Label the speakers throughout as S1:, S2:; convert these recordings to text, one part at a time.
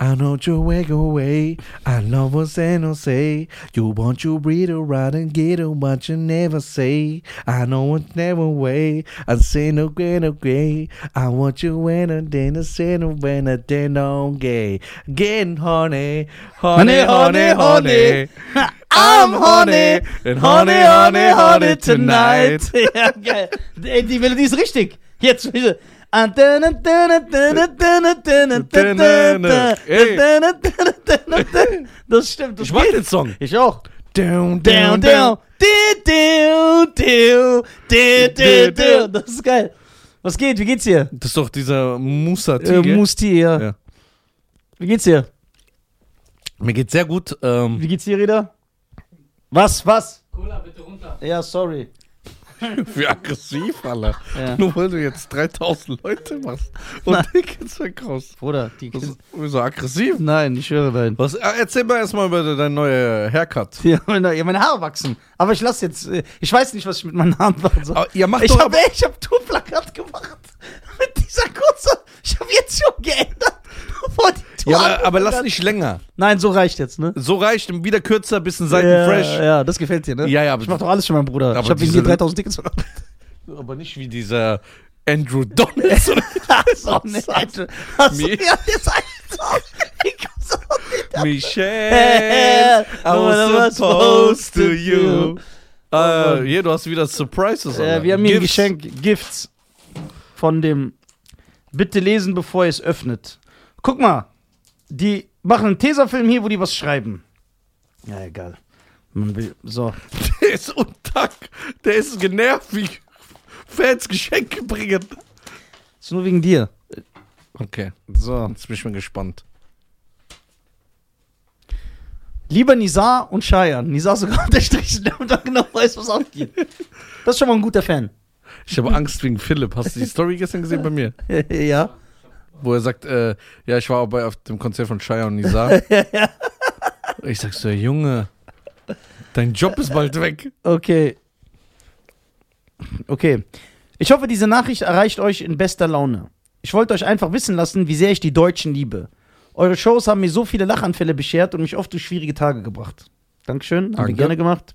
S1: know your way, go away. I love what they don't say. You want to read or write and get on what you never say. I know it's never way. I say no gay, no gay. I want you when I then I say no when I then on gay. Getting horny, horny, horny, horny. I'm horny, and horny, horny, horny tonight.
S2: ja, geil. Ey, Die Melodie ist richtig. Jetzt Ah, wieder. Das stimmt. Das
S1: Ich mag
S2: geht.
S1: den Song.
S2: Ich auch.
S1: Down,
S2: Down, down. Di, di, di, di, di, di. Das ist geil. Was geht? Wie geht's dir?
S1: Das ist doch dieser
S2: Äh,
S1: Musa-Tiger.
S2: Musti, ja.
S1: Ja.
S2: Wie geht's dir?
S1: Mir geht's sehr gut. Ähm,
S2: Wie geht's dir, Reda? Was, was?
S3: Cola, bitte runter.
S2: Ja, sorry.
S1: wie aggressiv, Alter.
S2: Ja.
S1: Nur weil du jetzt 3000 Leute machst und dir geht's weg raus.
S2: Bruder, die
S1: Das ist irgendwie so aggressiv.
S2: Nein, ich schwöre nein.
S1: Was, ah, erzähl mal erstmal über dein neues Haircut.
S2: Ja, meine, ja, meine Haare wachsen. Aber ich lasse jetzt. äh, Ich weiß nicht, was ich mit meinen Haaren machen soll.
S1: Aber, ja, mach
S2: ich
S1: doch
S2: habe ich hab Tourplakat gemacht. Mit dieser kurzen. Ich habe jetzt schon geändert. bevor die Tour
S1: ja, aber, aber
S2: angefangen
S1: lass
S2: hat.
S1: nicht länger.
S2: Nein, so reicht jetzt, ne?
S1: So reicht, um wieder kürzer, bisschen Seiten
S2: ja,
S1: fresh.
S2: Ja, das gefällt dir, ne?
S1: Ja, ja, aber-
S2: Ich mach doch alles für meinen Bruder.
S1: Aber
S2: ich habe wegen
S1: diese-
S2: dir 3000 Tickets verloren.
S1: Aber nicht wie dieser Andrew Donalds. oder-
S2: Achso, ne? Alter. Achso,
S1: Mir-
S2: ja, das Alter. Wie kommst du auf den
S1: Michelle, I was supposed to you. Äh, hier, du hast wieder Surprises.
S2: Äh,
S1: Alter.
S2: Oh wir haben hier ein
S1: Gifts.
S2: Geschenk, Gifts von dem Bitte lesen, bevor ihr es öffnet. Guck mal, die machen einen Tesafilm hier, wo die was schreiben. Ja, egal. Man will, so.
S1: Der ist untag. Der ist genervt, wie Fans Geschenke bringen.
S2: Ist nur wegen dir.
S1: Okay,
S2: So.
S1: jetzt bin ich mal gespannt.
S2: Lieber Nizar und Shayan. Nizar sogar unterstrichen, damit man genau weiß, was abgeht. Das ist schon mal ein guter Fan.
S1: Ich habe Angst wegen Philipp. Hast du die Story gestern gesehen bei mir?
S2: ja.
S1: Wo er sagt, äh, ja, ich war auch bei auf dem Konzert von Shia und Nizar. ich sag so, Junge, dein Job ist bald weg.
S2: Okay. Okay. Ich hoffe, diese Nachricht erreicht euch in bester Laune. Ich wollte euch einfach wissen lassen, wie sehr ich die Deutschen liebe. Eure Shows haben mir so viele Lachanfälle beschert und mich oft durch schwierige Tage gebracht. Dankeschön, haben
S1: Danke.
S2: wir gerne gemacht.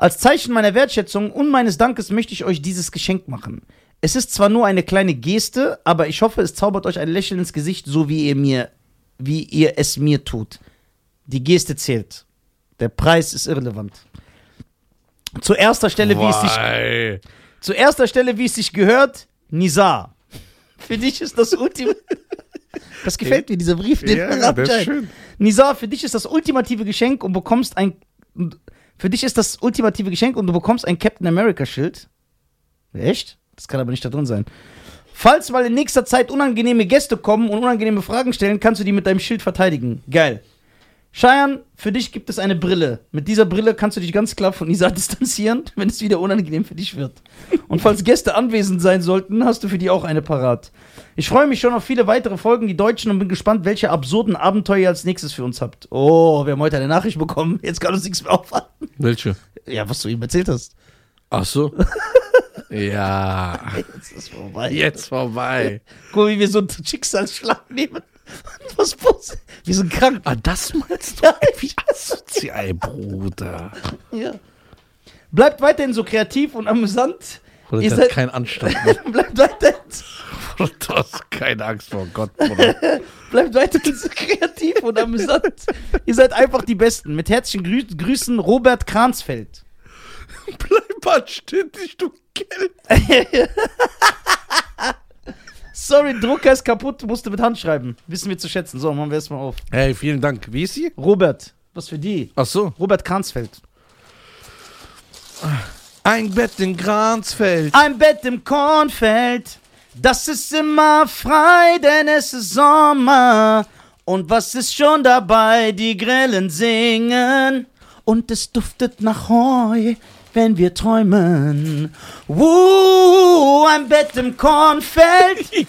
S2: Als Zeichen meiner Wertschätzung und meines Dankes möchte ich euch dieses Geschenk machen. Es ist zwar nur eine kleine Geste, aber ich hoffe, es zaubert euch ein Lächeln ins Gesicht, so wie ihr mir, wie ihr es mir tut. Die Geste zählt. Der Preis ist irrelevant. Zu erster Stelle, wie es sich
S1: Wei.
S2: zu erster Stelle, wie es sich gehört, Nizar. Für dich ist das Ultim. Das gefällt mir, dieser Brief, den
S1: Ja,
S2: verrat
S1: der ist
S2: scheint.
S1: schön.
S2: Nizar, für dich ist das ultimative Geschenk und bekommst ein. Für dich ist das ultimative Geschenk und du bekommst ein Captain America-Schild. Echt? Das kann aber nicht da drin sein. Falls mal in nächster Zeit unangenehme Gäste kommen und unangenehme Fragen stellen, kannst du die mit deinem Schild verteidigen. Geil. Cheyenne, für dich gibt es eine Brille. Mit dieser Brille kannst du dich ganz klar von Nisa distanzieren, wenn es wieder unangenehm für dich wird. Und falls Gäste anwesend sein sollten, hast du für die auch eine parat. Ich freue mich schon auf viele weitere Folgen, die Deutschen, und bin gespannt, welche absurden Abenteuer ihr als nächstes für uns habt. Oh, wir haben heute eine Nachricht bekommen. Jetzt kann uns nichts mehr aufhalten.
S1: Welche?
S2: Ja, was du ihm erzählt hast.
S1: Ach so. ja.
S2: Jetzt ist vorbei.
S1: Jetzt vorbei.
S2: Guck mal, wie wir so einen Schicksalsschlag nehmen. Was muss? Wir sind krank.
S1: Ah, das meinst
S2: Ja, ich hasse
S1: du? Ey, Bruder.
S2: Ja. Bleibt weiterhin so kreativ und amüsant.
S1: Bruder,
S2: Ihr
S1: der
S2: seid-
S1: hat keinen Anstand.
S2: Bleibt weiterhin,
S1: Bruder, du hast keine Angst vor Gott, Bruder.
S2: bleibt weiterhin so kreativ und amüsant. Ihr seid einfach die Besten. Mit herzlichen Grü Grüßen, Robert Kransfeld.
S1: Bleib anständig, du Geld.
S2: Sorry, Drucker ist kaputt, musste mit Hand schreiben. Wissen wir zu schätzen. So, machen wir erstmal auf.
S1: Hey, vielen Dank. Wie ist sie?
S2: Robert, was für die?
S1: Ach so.
S2: Robert Kransfeld.
S1: Ein Bett in Gransfeld.
S2: Ein Bett im Kornfeld, das ist immer frei, denn es ist Sommer. Und was ist schon dabei? Die Grillen singen. Und es duftet nach Heu, wenn wir träumen. Wuh, ein Bett im Kornfeld,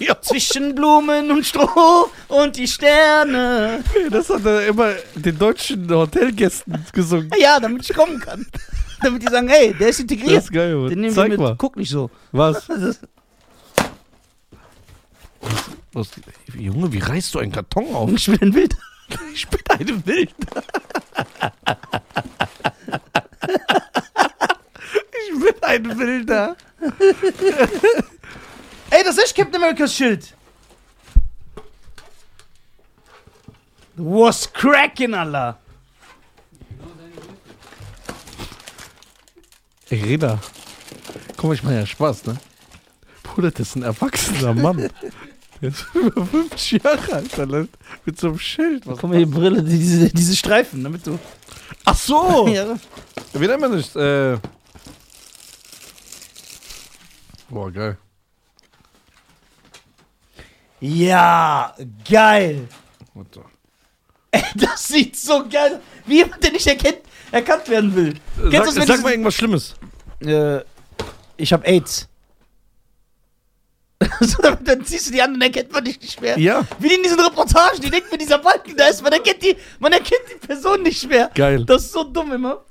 S1: Ja,
S2: zwischen Blumen und Stroh und die Sterne.
S1: das hat er immer den deutschen Hotelgästen gesungen.
S2: Ja, damit ich kommen kann. Damit die sagen, hey, der ist integriert.
S1: Das ist geil,
S2: Den
S1: Mann.
S2: nehmen
S1: Zeig
S2: wir mit.
S1: mal.
S2: Guck nicht so.
S1: Was? Was? Junge, wie reißt du einen Karton auf?
S2: Ich bin ein Wild.
S1: Ich bin eine Wilde. Ich bin ein Wilder.
S2: Ey, das ist Captain America's Schild. Was cracking, Allah.
S1: Ey, Reda. Guck mal, ich meine ja Spaß, ne? Bruder, das ist ein erwachsener Mann. Der ist über 50 Jahre alt, Alter. Mit so einem Schild. Was?
S2: Guck mal, die Brille, die- diese, diese Streifen, damit du.
S1: Ach so!
S2: Ja.
S1: Wie nennt man das? Äh. Boah, geil.
S2: ja, geil.
S1: What the-
S2: Ey, das sieht so geil aus. Wie jemand, der nicht erkennt, erkannt werden will.
S1: Sag,
S2: Kennst du das, wenn
S1: sag
S2: du-
S1: mal irgendwas Schlimmes.
S2: äh, ich habe AIDS. so, damit dann ziehst du die an und erkennt man dich nicht mehr.
S1: Ja.
S2: Wie in diesen Reportagen, die denkt, wenn dieser Balken da ist, man erkennt die, man erkennt die Person nicht mehr.
S1: Geil.
S2: Das ist so dumm immer.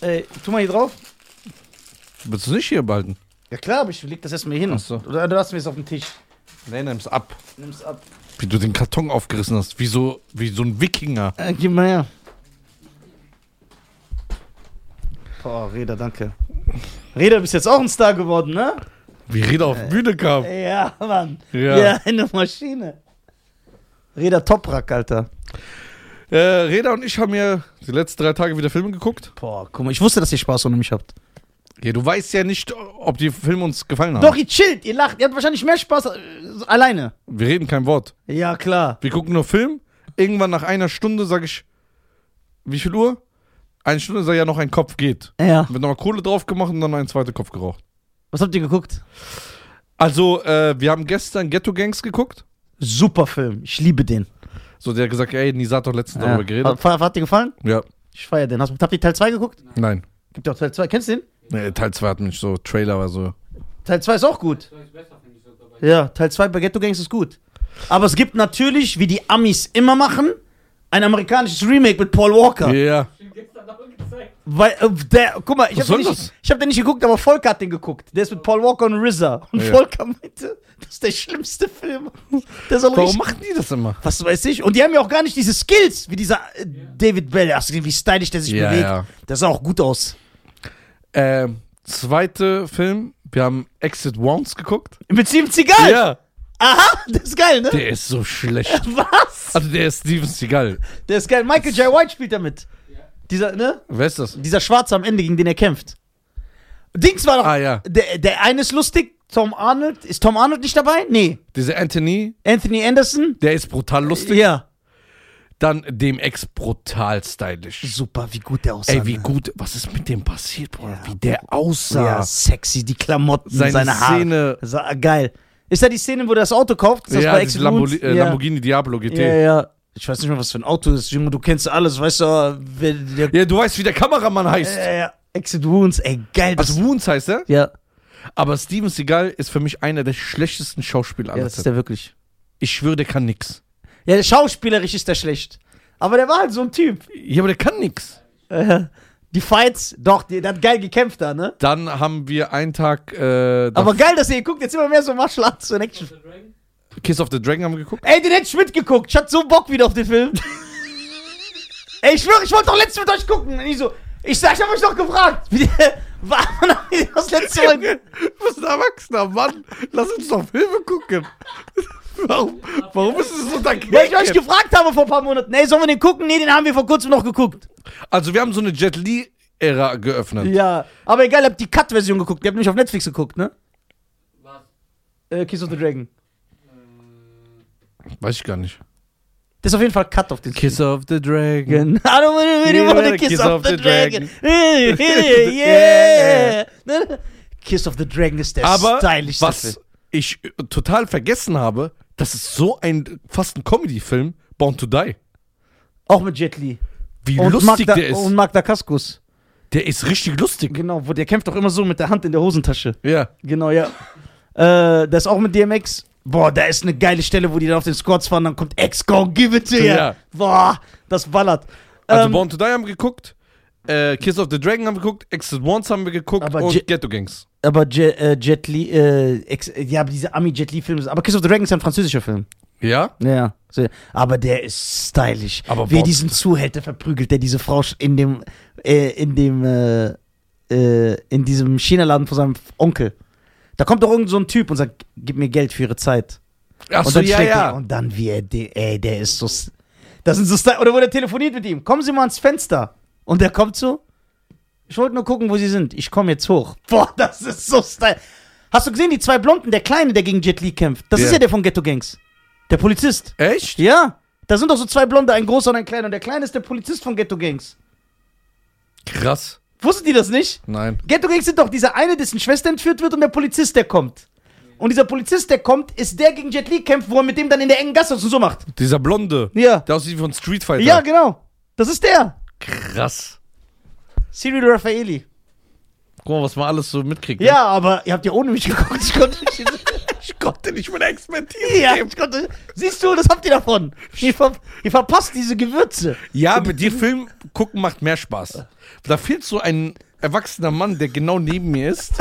S2: Ey, tu mal hier drauf.
S1: Willst du nicht hier behalten?
S2: Ja klar, aber ich leg das erstmal hier hin.
S1: Ach so.
S2: Oder du lassen wir es auf den Tisch.
S1: Nee, nimm's ab.
S2: Nimm's ab.
S1: Wie du den Karton aufgerissen hast. Wie so, wie so ein Wikinger.
S2: Äh, gib mal her. Boah, Reda, danke. Reda, du bist jetzt auch ein Star geworden, ne?
S1: Wie Reda auf die Bühne kam.
S2: Ja, Mann.
S1: Ja.
S2: Ja, eine Maschine. Reda Toprak, Alter.
S1: Äh, Reda und ich haben ja die letzten drei Tage wieder Filme geguckt.
S2: Boah, guck mal, ich wusste, dass ihr Spaß ohne mich habt.
S1: Ja, du weißt ja nicht, ob die Filme uns gefallen haben.
S2: Doch, ihr chillt, ihr lacht, ihr habt wahrscheinlich mehr Spaß äh, so alleine.
S1: Wir reden kein Wort.
S2: Ja, klar.
S1: Wir gucken nur Film. Irgendwann nach einer Stunde sage ich, wie viel Uhr? Eine Stunde sei ja noch ein Kopf geht.
S2: Ja.
S1: Wird nochmal Kohle drauf gemacht und dann ein zweiter Kopf geraucht.
S2: Was habt ihr geguckt?
S1: Also, äh, wir haben gestern Ghetto Gangs geguckt.
S2: Super Film, ich liebe den.
S1: So, der hat gesagt, ey, Nisa hat doch letztens darüber geredet.
S2: Hat, hat, hat dir gefallen?
S1: Ja,
S2: Ich feier den. Hast, habt ihr Teil 2 geguckt?
S1: nein.
S2: Gibt ja auch Teil 2, kennst du den?
S1: Nee, Teil 2 hat mich so, Trailer war so.
S2: Teil 2 ist auch gut. Ja, Teil 2 bei Ghetto Gangs ist gut. Aber es gibt natürlich, wie die Amis immer machen, ein amerikanisches Remake mit Paul Walker.
S1: Ja.
S2: Weil, äh, der, guck mal, ich
S1: Was
S2: habe
S1: soll
S2: nicht,
S1: das?
S2: ich hab den nicht geguckt, aber Volker hat den geguckt. Der ist mit Paul Walker und RZA. Und
S1: Ja.
S2: Volker meinte, das ist der schlimmste Film. Der soll
S1: Warum
S2: richtig,
S1: machen die das immer?
S2: was weiß ich. Und die haben ja auch gar nicht diese Skills, wie dieser äh, David Bell. Hast du gesehen, wie stylisch der sich
S1: Ja,
S2: bewegt?
S1: ja.
S2: Der sah auch gut aus.
S1: Ähm, zweite Film, wir haben Exit Wounds geguckt.
S2: Mit Steven Seagal. Aha, das ist geil, ne?
S1: Der ist so schlecht.
S2: Was?
S1: Also der ist Steven Seagal.
S2: Der ist geil. Michael J. White spielt damit. Dieser, ne?
S1: Wer ist das?
S2: Dieser Schwarze am Ende, gegen den er kämpft. Dings war doch.
S1: Ah ja,
S2: Der, der eine ist lustig. Tom Arnold. Ist Tom Arnold nicht dabei? Nee.
S1: dieser Anthony,
S2: Anthony Anderson?
S1: der ist brutal lustig.
S2: Ja.
S1: Dann dem Ex brutal stylisch.
S2: Super, wie gut der aussah.
S1: Ey, wie
S2: ne?
S1: gut, was ist mit dem passiert, Bruder?
S2: Ja.
S1: Wie der aussah.
S2: Ja, sexy, die Klamotten,
S1: Seine
S2: seine, Haare.
S1: Szene.
S2: Sa geil. Ist da die Szene, wo er das Auto kauft? Ist das
S1: Ja,
S2: bei
S1: dieses
S2: Exit
S1: Lamboli-
S2: Wounds?
S1: äh,
S2: ja.
S1: Lamborghini Diablo GT.
S2: Ja, ja. Ich weiß nicht mehr, was für ein Auto ist. Junge, du kennst alles, weißt du, äh, wer, der,
S1: Ja, du weißt, wie der Kameramann heißt.
S2: ja, ja. Exit Wounds, ey, geil. Das,
S1: Also Wounds heißt er.
S2: ja.
S1: Aber Steven Seagal ist für mich einer der schlechtesten Schauspieler
S2: ja,
S1: aller
S2: das ist
S1: Zeiten.
S2: der wirklich.
S1: Ich schwöre, der kann nix.
S2: Ja, der schauspielerisch ist der schlecht. Aber der war halt so ein Typ.
S1: Ja, aber der kann nix.
S2: Äh, die Fights, doch, die, der hat geil gekämpft da, ne?
S1: Dann haben wir einen Tag äh,
S2: Aber geil, dass ihr hier guckt, jetzt immer mehr so Martial Arts und Action.
S1: Kiss of the Dragon haben wir geguckt.
S2: Ey, den hätte ich mitgeguckt. Ich hatte so Bock wieder auf den Film. Ey, ich schwöre, ich wollte doch letztens mit euch gucken. Und ich so, ich, sag, ich habe euch doch gefragt. Wie der, war das letzte Mal.
S1: Du bist ein erwachsener Mann. Lass uns doch Filme gucken. Warum, warum ist es so
S2: Weil ich euch
S1: dagegen?
S2: gefragt habe vor ein paar Monaten. Ey, sollen wir den gucken? Nee, den haben wir vor kurzem noch geguckt.
S1: Also wir haben so eine Jet Li-Ära geöffnet.
S2: Ja. Aber egal, ihr habt die Cut-Version geguckt. Ihr habt nämlich auf Netflix geguckt, ne?
S4: Was?
S2: Äh, Kiss of the Dragon.
S1: Weiß ich gar nicht.
S2: Das ist auf jeden Fall Cut auf den
S1: Kiss of the Dragon.
S2: Dragon. I don't wanna really
S1: You
S2: wanna
S1: wanna
S2: kiss,
S1: kiss
S2: of
S1: off the
S2: the, dragon.
S1: dragon.
S2: yeah. Kiss of the Dragon ist der
S1: Aber
S2: stylischste Film.
S1: was ich äh, total vergessen habe, das ist so ein fast ein Comedy-Film, Born to Die.
S2: Auch mit Jet Li.
S1: Wie
S2: Und
S1: lustig
S2: Magda,
S1: der ist.
S2: Und Magda Kaskus.
S1: der ist richtig lustig.
S2: Genau, wo der kämpft doch immer so mit der Hand in der Hosentasche.
S1: Ja.
S2: Genau, ja. äh, das ist auch mit DMX. Boah, da ist eine geile Stelle, wo die dann auf den Squads fahren, dann kommt X, go, give it to you.
S1: Ja.
S2: Boah, das ballert.
S1: Also
S2: Ähm,
S1: Born to Die haben wir geguckt, äh, Kiss of the Dragon haben wir geguckt, Exit Once haben wir geguckt
S2: Aber
S1: und
S2: Je-
S1: Ghetto Gangs.
S2: aber Je, äh, Jet Li, äh, X, äh, ja, aber diese Ami-Jet Li-Filme, sind- aber Kiss of the Dragon ist ja ein französischer Film.
S1: Ja?
S2: Ja. So, aber der ist stylisch.
S1: Aber
S2: Wie er
S1: Bob-
S2: diesen Zuhälter verprügelt, der diese Frau sch- in dem, äh, in dem, äh, äh, in diesem China-Laden von seinem Onkel. Da kommt doch irgend so ein Typ und sagt, gib mir Geld für ihre Zeit.
S1: Ach
S2: und
S1: so,
S2: dann
S1: ja,
S2: schlägt
S1: ja.
S2: er, und dann wie er, de, ey, der ist so, s- das sind so Style, oder wurde telefoniert mit ihm, kommen Sie mal ans Fenster. Und der kommt so, ich wollte nur gucken, wo Sie sind, ich komme jetzt hoch. Boah, das ist so Style. Hast du gesehen, die zwei Blonden, der Kleine, der gegen Jet Li kämpft, das ist
S1: Ja.
S2: ja der von Ghetto Gangs, der Polizist.
S1: Echt?
S2: Ja, da sind doch so zwei Blonde, ein großer und ein kleiner. Und der Kleine ist der Polizist von Ghetto Gangs.
S1: Krass.
S2: Wusstet ihr das nicht?
S1: Nein.
S2: Ghetto Gangs sind doch dieser eine, dessen Schwester entführt wird und der Polizist, der kommt. Und dieser Polizist, der kommt, ist der gegen Jet Li kämpft, wo er mit dem dann in der engen Gasse und so macht.
S1: Dieser Blonde.
S2: Ja.
S1: Der aussieht wie von Street Fighter.
S2: Ja, genau. Das ist der.
S1: Krass.
S2: Cyril Raffaeli.
S1: Guck mal, was man alles so mitkriegt. ne?
S2: Ja, aber ihr habt ja ohne mich geguckt. Ich konnte nicht.
S1: Ich konnte nicht meine Expertise
S2: ja,
S1: geben.
S2: ich konnte. Siehst du, das habt ihr davon. Ihr, ver ihr verpasst diese Gewürze.
S1: Ja, mit dir Film gucken macht mehr Spaß. Da fehlt so ein erwachsener Mann, der genau neben mir ist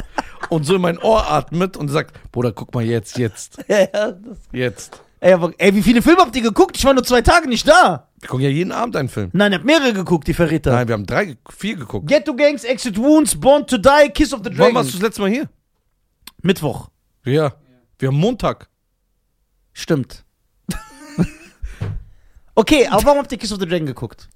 S1: und so in mein Ohr atmet und sagt, Bruder, guck mal jetzt, jetzt,
S2: Ja, ja, das
S1: jetzt.
S2: ey, aber, ey, wie viele Filme habt ihr geguckt? Ich war nur zwei Tage nicht da.
S1: Wir gucken ja jeden Abend einen Film.
S2: Nein, ihr habt mehrere geguckt, die Verräter.
S1: Nein, wir haben drei, vier geguckt.
S2: Ghetto Gangs, Exit Wounds, Born to Die, Kiss of the
S1: Wann
S2: Dragon.
S1: warst du das letzte Mal hier?
S2: Mittwoch.
S1: Ja. Wir haben Montag.
S2: Stimmt. okay, aber warum habt ihr Kiss of the Dragon geguckt?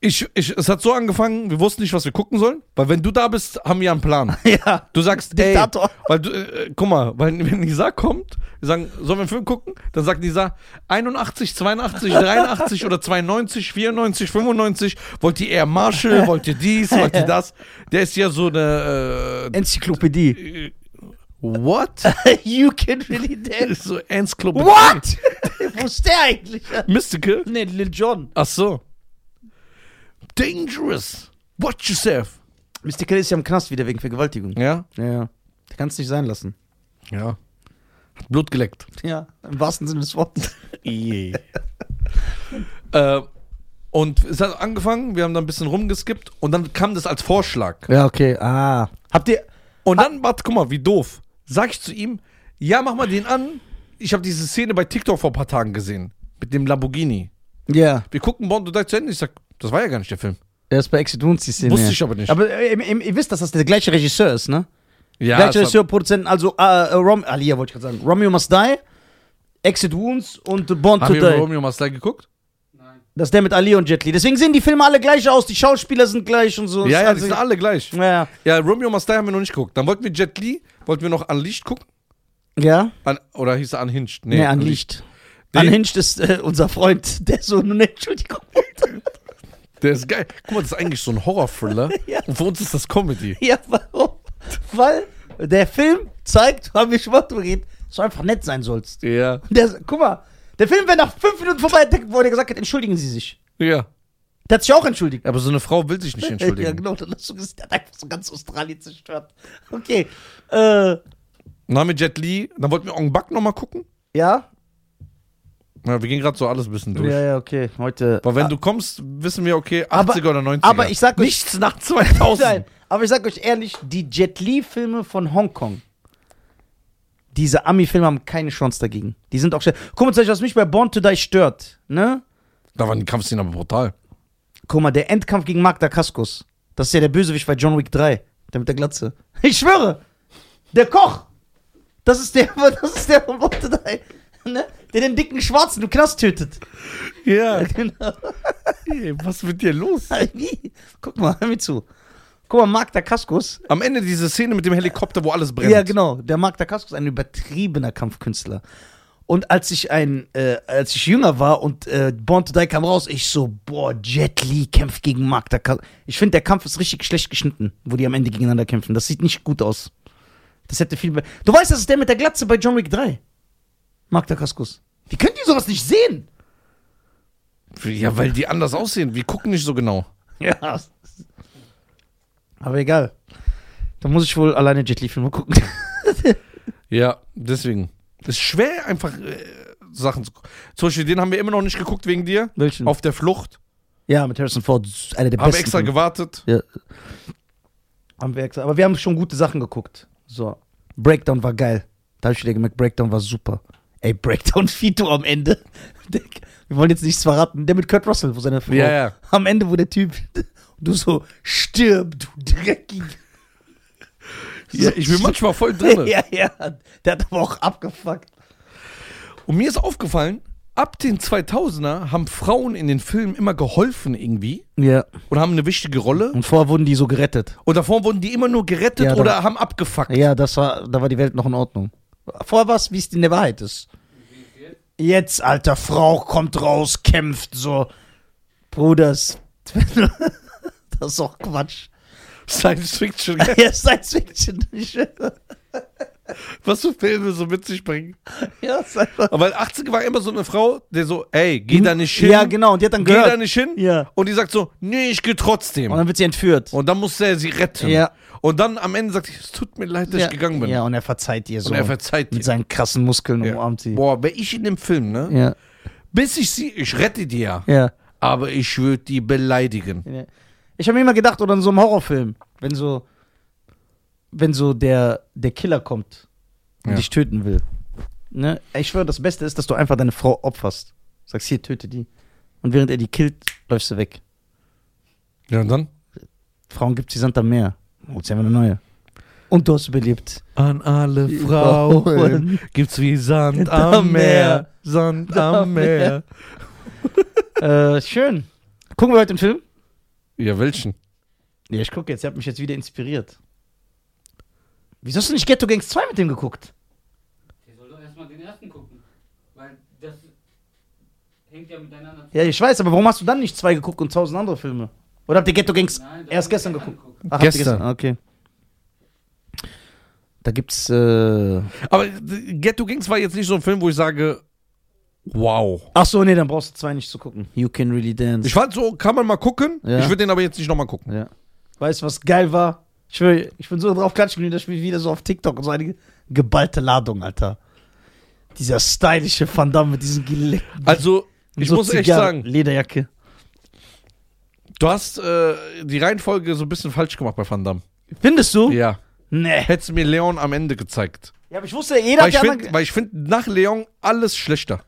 S1: Ich, ich, es hat so angefangen, wir wussten nicht, was wir gucken sollen, weil wenn du da bist, haben wir einen Plan.
S2: ja.
S1: Du sagst, ey,
S2: Diktator.
S1: weil du, äh, guck mal, weil wenn Nisa kommt, wir sagen, sollen wir einen Film gucken? Dann sagt Nisa 81, 82, 83 oder 92, 94, 95. Wollt ihr eher Marshall? Wollt ihr dies? Wollt ihr das? Der ist ja so eine.
S2: Enzyklopädie.
S1: Äh, äh, what?
S2: you can really dance.
S1: Ist so Ernst Club.
S2: What? Wo ist der eigentlich?
S1: Mystical?
S2: nee, Lil Jon.
S1: Ach so. Dangerous. Watch yourself.
S2: Mystical ist ja im Knast wieder wegen Vergewaltigung.
S1: Ja?
S2: Ja, ja. Der kann es nicht sein lassen.
S1: Ja. Hat Blut geleckt.
S2: Ja, im wahrsten Sinne des Wortes.
S1: Äh, und es hat angefangen, wir haben da ein bisschen rumgeskippt und dann kam das als Vorschlag.
S2: Ja, okay. Ah. Habt ihr.
S1: Und dann, warte, guck mal, wie doof. Sag ich zu ihm, ja, mach mal den an. Ich habe diese Szene bei TikTok vor ein paar Tagen gesehen. Mit dem Lamborghini.
S2: Ja.
S1: Wir gucken Bond und da zu Ende. Ich sag, das war ja gar nicht der Film.
S2: Er ist bei Exit Wounds die Szene.
S1: Wusste ich aber nicht.
S2: Aber äh, ihr, ihr wisst, dass das der gleiche Regisseur ist, ne?
S1: ja,
S2: Gleicher
S1: es war,
S2: Regisseur, Produzenten, also äh, äh, Rom, Alia wollte ich gerade sagen. Romeo Must Die, Exit Wounds und Born to
S1: haben wir
S2: Die.
S1: Romeo Master geguckt?
S2: Das ist der mit Ali und Jet Li. Deswegen sehen die Filme alle gleich aus, die Schauspieler sind gleich und so.
S1: Ja, ja, die
S2: also,
S1: sind alle gleich.
S2: ja,
S1: Ja, Romeo Master haben wir noch nicht geguckt. Dann wollten wir Jet Li, wollten wir noch Unleashed gucken.
S2: ja.
S1: An, oder hieß er Unhinged?
S2: Nee, an Licht.
S1: Den-
S2: An Hinch ist äh, unser Freund, der so, ne, Entschuldigung.
S1: Der ist geil. Guck mal, das ist eigentlich so ein Horror-Thriller.
S2: Ja.
S1: Und für uns ist das Comedy.
S2: ja, warum? Weil der Film zeigt, haben wir schon mal drüber geredet, dass du einfach nett sein sollst.
S1: Ja.
S2: Der, guck mal, der Film wäre nach fünf Minuten vorbei, der- wo der gesagt hat, entschuldigen Sie sich.
S1: Ja.
S2: Der hat sich auch entschuldigt.
S1: Aber so eine Frau will sich nicht entschuldigen.
S2: Ja, genau, dann hast du gesehen, der hat einfach so ganz Australien zerstört. Okay. Äh,
S1: Dann haben wir Jet Li, dann wollten wir Ong Bak nochmal gucken.
S2: ja?
S1: Ja, wir gehen gerade so alles ein bisschen durch.
S2: Ja, ja, okay. Heute.
S1: Aber wenn du kommst, wissen wir, okay, 80er
S2: Aber-
S1: oder 90er.
S2: aber ich sag euch-
S1: Nichts nach 2000.
S2: Nein, aber ich sag euch ehrlich, die Jet Li-Filme von Hongkong, diese Ami-Filme haben keine Chance dagegen. Die sind auch schnell. Guck mal, zum Beispiel, was mich bei Born to Die stört, ne?
S1: Da waren die Kampfszenen aber brutal.
S2: Guck mal, der Endkampf gegen Mark Dacascos. Das ist ja der Bösewicht bei John Wick 3. Der mit der Glatze. Ich schwöre! Der Koch! Das ist der, das ist der von Born to Die. Ne? Der den dicken Schwarzen im Knast tötet.
S1: Ja,
S2: Genau.
S1: was mit dir los?
S2: Wie? Guck mal, hör mir zu. Guck mal, Mark Dacascos.
S1: Am Ende diese Szene mit dem Helikopter, wo alles brennt.
S2: Ja, genau. Der Mark Dacascos ist ein übertriebener Kampfkünstler. Und als ich ein, äh, als ich jünger war und äh, Born to Die kam raus, ich so, boah, Jet Li kämpft gegen Mark Dacascos. Ich finde, der Kampf ist richtig schlecht geschnitten, wo die am Ende gegeneinander kämpfen. Das sieht nicht gut aus. Das hätte viel be- Du weißt, das ist der mit der Glatze bei John Wick 3. Mark Dacascos. Wie könnt ihr sowas nicht sehen?
S1: Ja, weil die anders aussehen. Wir gucken nicht so genau.
S2: Ja. Aber egal. Da muss ich wohl alleine Jet Li-Filme gucken.
S1: Ja, deswegen. Es ist schwer, einfach äh, Sachen zu gucken. Zum Beispiel, den haben wir immer noch nicht geguckt wegen dir.
S2: Welchen?
S1: Auf der Flucht.
S2: ja, mit Harrison Ford. Das ist Einer der
S1: Oh. Haben wir
S2: Hm. besten.
S1: extra
S2: Filme.
S1: gewartet.
S2: ja. Haben wir extra. Aber wir haben schon gute Sachen geguckt. So. Breakdown war geil. Da habe ich wieder gemerkt, Breakdown war super. Ey, Breakdown Fito am Ende. Der, wir wollen jetzt nichts verraten. Der mit Kurt Russell, wo seine Frau.
S1: Ja, ja.
S2: Am Ende, wo der Typ. Du so, stirb, du dreckig.
S1: Ja, ich bin manchmal voll drin.
S2: Ja, ja. Der hat aber auch abgefuckt.
S1: Und mir ist aufgefallen, ab den 2000er haben Frauen in den Filmen immer geholfen irgendwie
S2: Ja.
S1: und haben eine wichtige Rolle.
S2: Und vorher wurden die so gerettet.
S1: Und davor wurden die immer nur gerettet
S2: Ja, da-
S1: oder haben abgefuckt.
S2: Ja, das war, da war die Welt noch in Ordnung. Vorher war es, wie es in der Wahrheit ist. Jetzt, alter Frau, kommt raus, kämpft so. Bruders. Das ist doch Quatsch.
S1: Science Fiction.
S2: Ja, Science Fiction. Ich schwöre.
S1: Was für Filme so mit sich bringen.
S2: Ja, ist einfach.
S1: Aber in den 80er war immer so eine Frau, der so, ey, geh da nicht hin.
S2: Ja, genau. Und die hat dann
S1: Geh
S2: gehört.
S1: da nicht hin.
S2: Ja.
S1: Und die sagt so, nee, ich gehe trotzdem.
S2: Und dann wird sie entführt.
S1: Und dann muss er sie retten.
S2: Ja.
S1: Und dann am Ende sagt sie, es tut mir leid, dass
S2: ja.
S1: ich gegangen bin.
S2: Ja, und er verzeiht ihr so.
S1: Und er verzeiht
S2: Mit
S1: dir.
S2: seinen krassen Muskeln
S1: Ja.
S2: umarmt sie.
S1: Boah, wäre ich in dem Film, ne?
S2: Ja.
S1: Bis ich sie, ich rette die ja,
S2: Ja.
S1: aber ich würde die beleidigen.
S2: Ja. Ich habe mir immer gedacht, oder in so einem Horrorfilm, wenn so, wenn so der, der Killer kommt und
S1: Ja.
S2: dich töten will. Ne? Ich schwöre, das Beste ist, dass du einfach deine Frau opferst. Sagst, hier, töte die. Und während er die killt, läufst du weg.
S1: Ja, und dann?
S2: Frauen gibt's die Sand am Meer. Holst dir einfach eine neue. Und du hast überlebt.
S1: An alle
S2: Frauen
S1: Frauen gibt's wie Sand am
S2: am
S1: Meer,
S2: Meer,
S1: Sand am
S2: am
S1: Meer.
S2: Meer. äh, schön. Gucken wir heute den Film?
S1: Ja, welchen?
S2: Ja, ich gucke jetzt. Ihr habt mich jetzt wieder inspiriert. Wieso hast du nicht Ghetto Gangs 2 mit dem geguckt?
S5: Der soll doch erstmal den ersten gucken. Weil das hängt ja miteinander zusammen.
S2: Ja, ich weiß, aber warum hast du dann nicht 2 geguckt und tausend andere Filme? Oder habt ihr Ghetto Gangs
S5: Nein, das
S2: erst
S5: hab ich
S2: gestern
S5: mir
S2: geguckt?
S5: angeguckt.
S2: Ach, habt ihr
S1: Gestern.
S2: Ah, Okay. Da gibt's äh
S1: Aber äh, Ghetto Gangs war jetzt nicht so ein Film, wo ich sage, wow.
S2: Ach so, nee, dann brauchst du zwei nicht zu gucken. You can really dance.
S1: Ich fand so, kann man mal gucken.
S2: Ja.
S1: Ich würde den aber jetzt nicht nochmal gucken.
S2: ja. Weißt du, was geil war? Ich, will, ich bin so drauf klatschen, wie das Spiel wieder so auf TikTok und so eine geballte Ladung, Alter. Dieser stylische Van Damme mit diesen geleckten
S1: Also, ich
S2: so
S1: muss echt
S2: Zigarre-
S1: sagen,
S2: Lederjacke.
S1: du hast äh, die Reihenfolge so ein bisschen falsch gemacht bei Van Damme.
S2: Findest du?
S1: Ja.
S2: Nee.
S1: Hättest du mir Leon am Ende gezeigt.
S2: Ja, aber ich wusste,
S1: Weil
S2: jeder hat
S1: ich
S2: ja anderen-
S1: finde find nach Leon alles schlechter.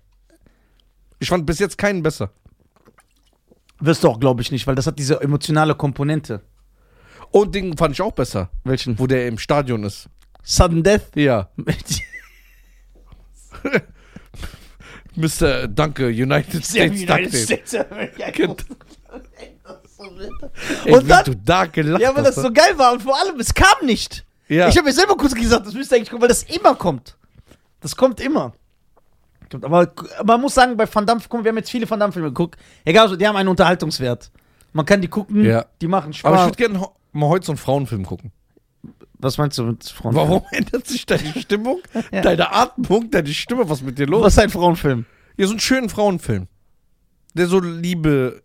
S1: Ich fand bis jetzt keinen besser.
S2: Wirst du auch, glaube ich, nicht, weil das hat diese emotionale Komponente.
S1: Und den fand ich auch besser,
S2: Welchen?
S1: wo der im Stadion ist.
S2: Sudden Death.
S1: Ja. Mr. Danke, United States United States. Kind. Ey,
S2: Und
S1: wie
S2: dann-
S1: du da gelacht
S2: Ja, weil das
S1: hast, ne?
S2: so geil war und vor allem, es kam nicht.
S1: Ja.
S2: Ich habe mir selber kurz gesagt, das müsste eigentlich kommen, weil das immer kommt. Das kommt immer. Kommt, Aber man muss sagen, bei Van Damme, guck, mal, wir haben jetzt viele Van Damme-Filme geguckt. Egal, so, die haben einen Unterhaltungswert. Man kann die gucken,
S1: Ja.
S2: die machen
S1: Aber ich
S2: Spaß.
S1: würde gerne ho- mal heute so einen Frauenfilm gucken.
S2: Was meinst du mit Frauen?
S1: Warum ändert sich deine Stimmung,
S2: Ja.
S1: deine Atmung, deine Stimme? Was ist mit dir los?
S2: Was ist ein Frauenfilm?
S1: Ja, so einen schönen Frauenfilm. Der so Liebe.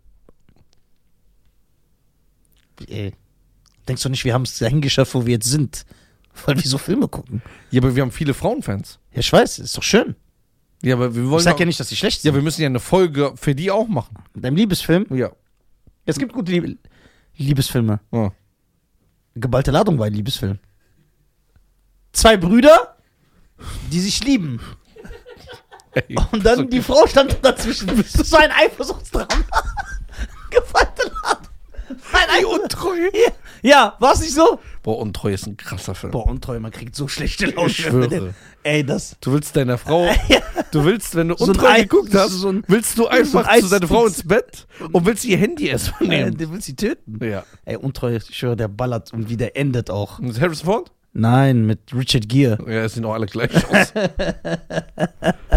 S2: Ey. Denkst du nicht, wir haben es dahin geschafft, wo wir jetzt sind? Weil wir so Filme gucken.
S1: Ja, aber wir haben viele Frauenfans.
S2: Ja, ich weiß, ist doch schön.
S1: Ja, aber wir wollen.
S2: Ich sag
S1: auch-
S2: ja nicht, dass sie schlecht
S1: ja,
S2: sind.
S1: wir müssen ja eine Folge für die auch machen.
S2: Mit deinem Liebesfilm.
S1: Ja.
S2: Es gibt gute Lieb Liebesfilme.
S1: ja.
S2: Geballte Ladung war ein Liebesfilm. Zwei Brüder, die sich lieben.
S1: Ey,
S2: Und dann die Frau stand dazwischen. Das war ein Eifersuchtsdrama. Geballte Ladung. Ein
S1: die
S2: Eifersucht.
S1: Untreue.
S2: Ja, war es nicht so?
S1: Boah, Untreue ist ein krasser Film.
S2: Boah, untreu, man kriegt so schlechte Laune.
S1: Ich schwöre.
S2: wenn man- Ey, das.
S1: Du willst deiner Frau, du willst, wenn du
S2: So ein
S1: untreu
S2: Ei-
S1: geguckt hast,
S2: so ein-
S1: willst du
S2: so ein
S1: einfach
S2: Eis-
S1: zu deiner Frau ins Bett und willst ihr Handy erstmal
S2: Ey,
S1: nehmen.
S2: du Äh, willst sie töten.
S1: Ja.
S2: Ey, untreu, ich schwöre, der ballert und wie der endet auch.
S1: Und Harrison Ford?
S2: Nein, mit Richard Gere.
S1: Ja, sehen auch alle gleich aus.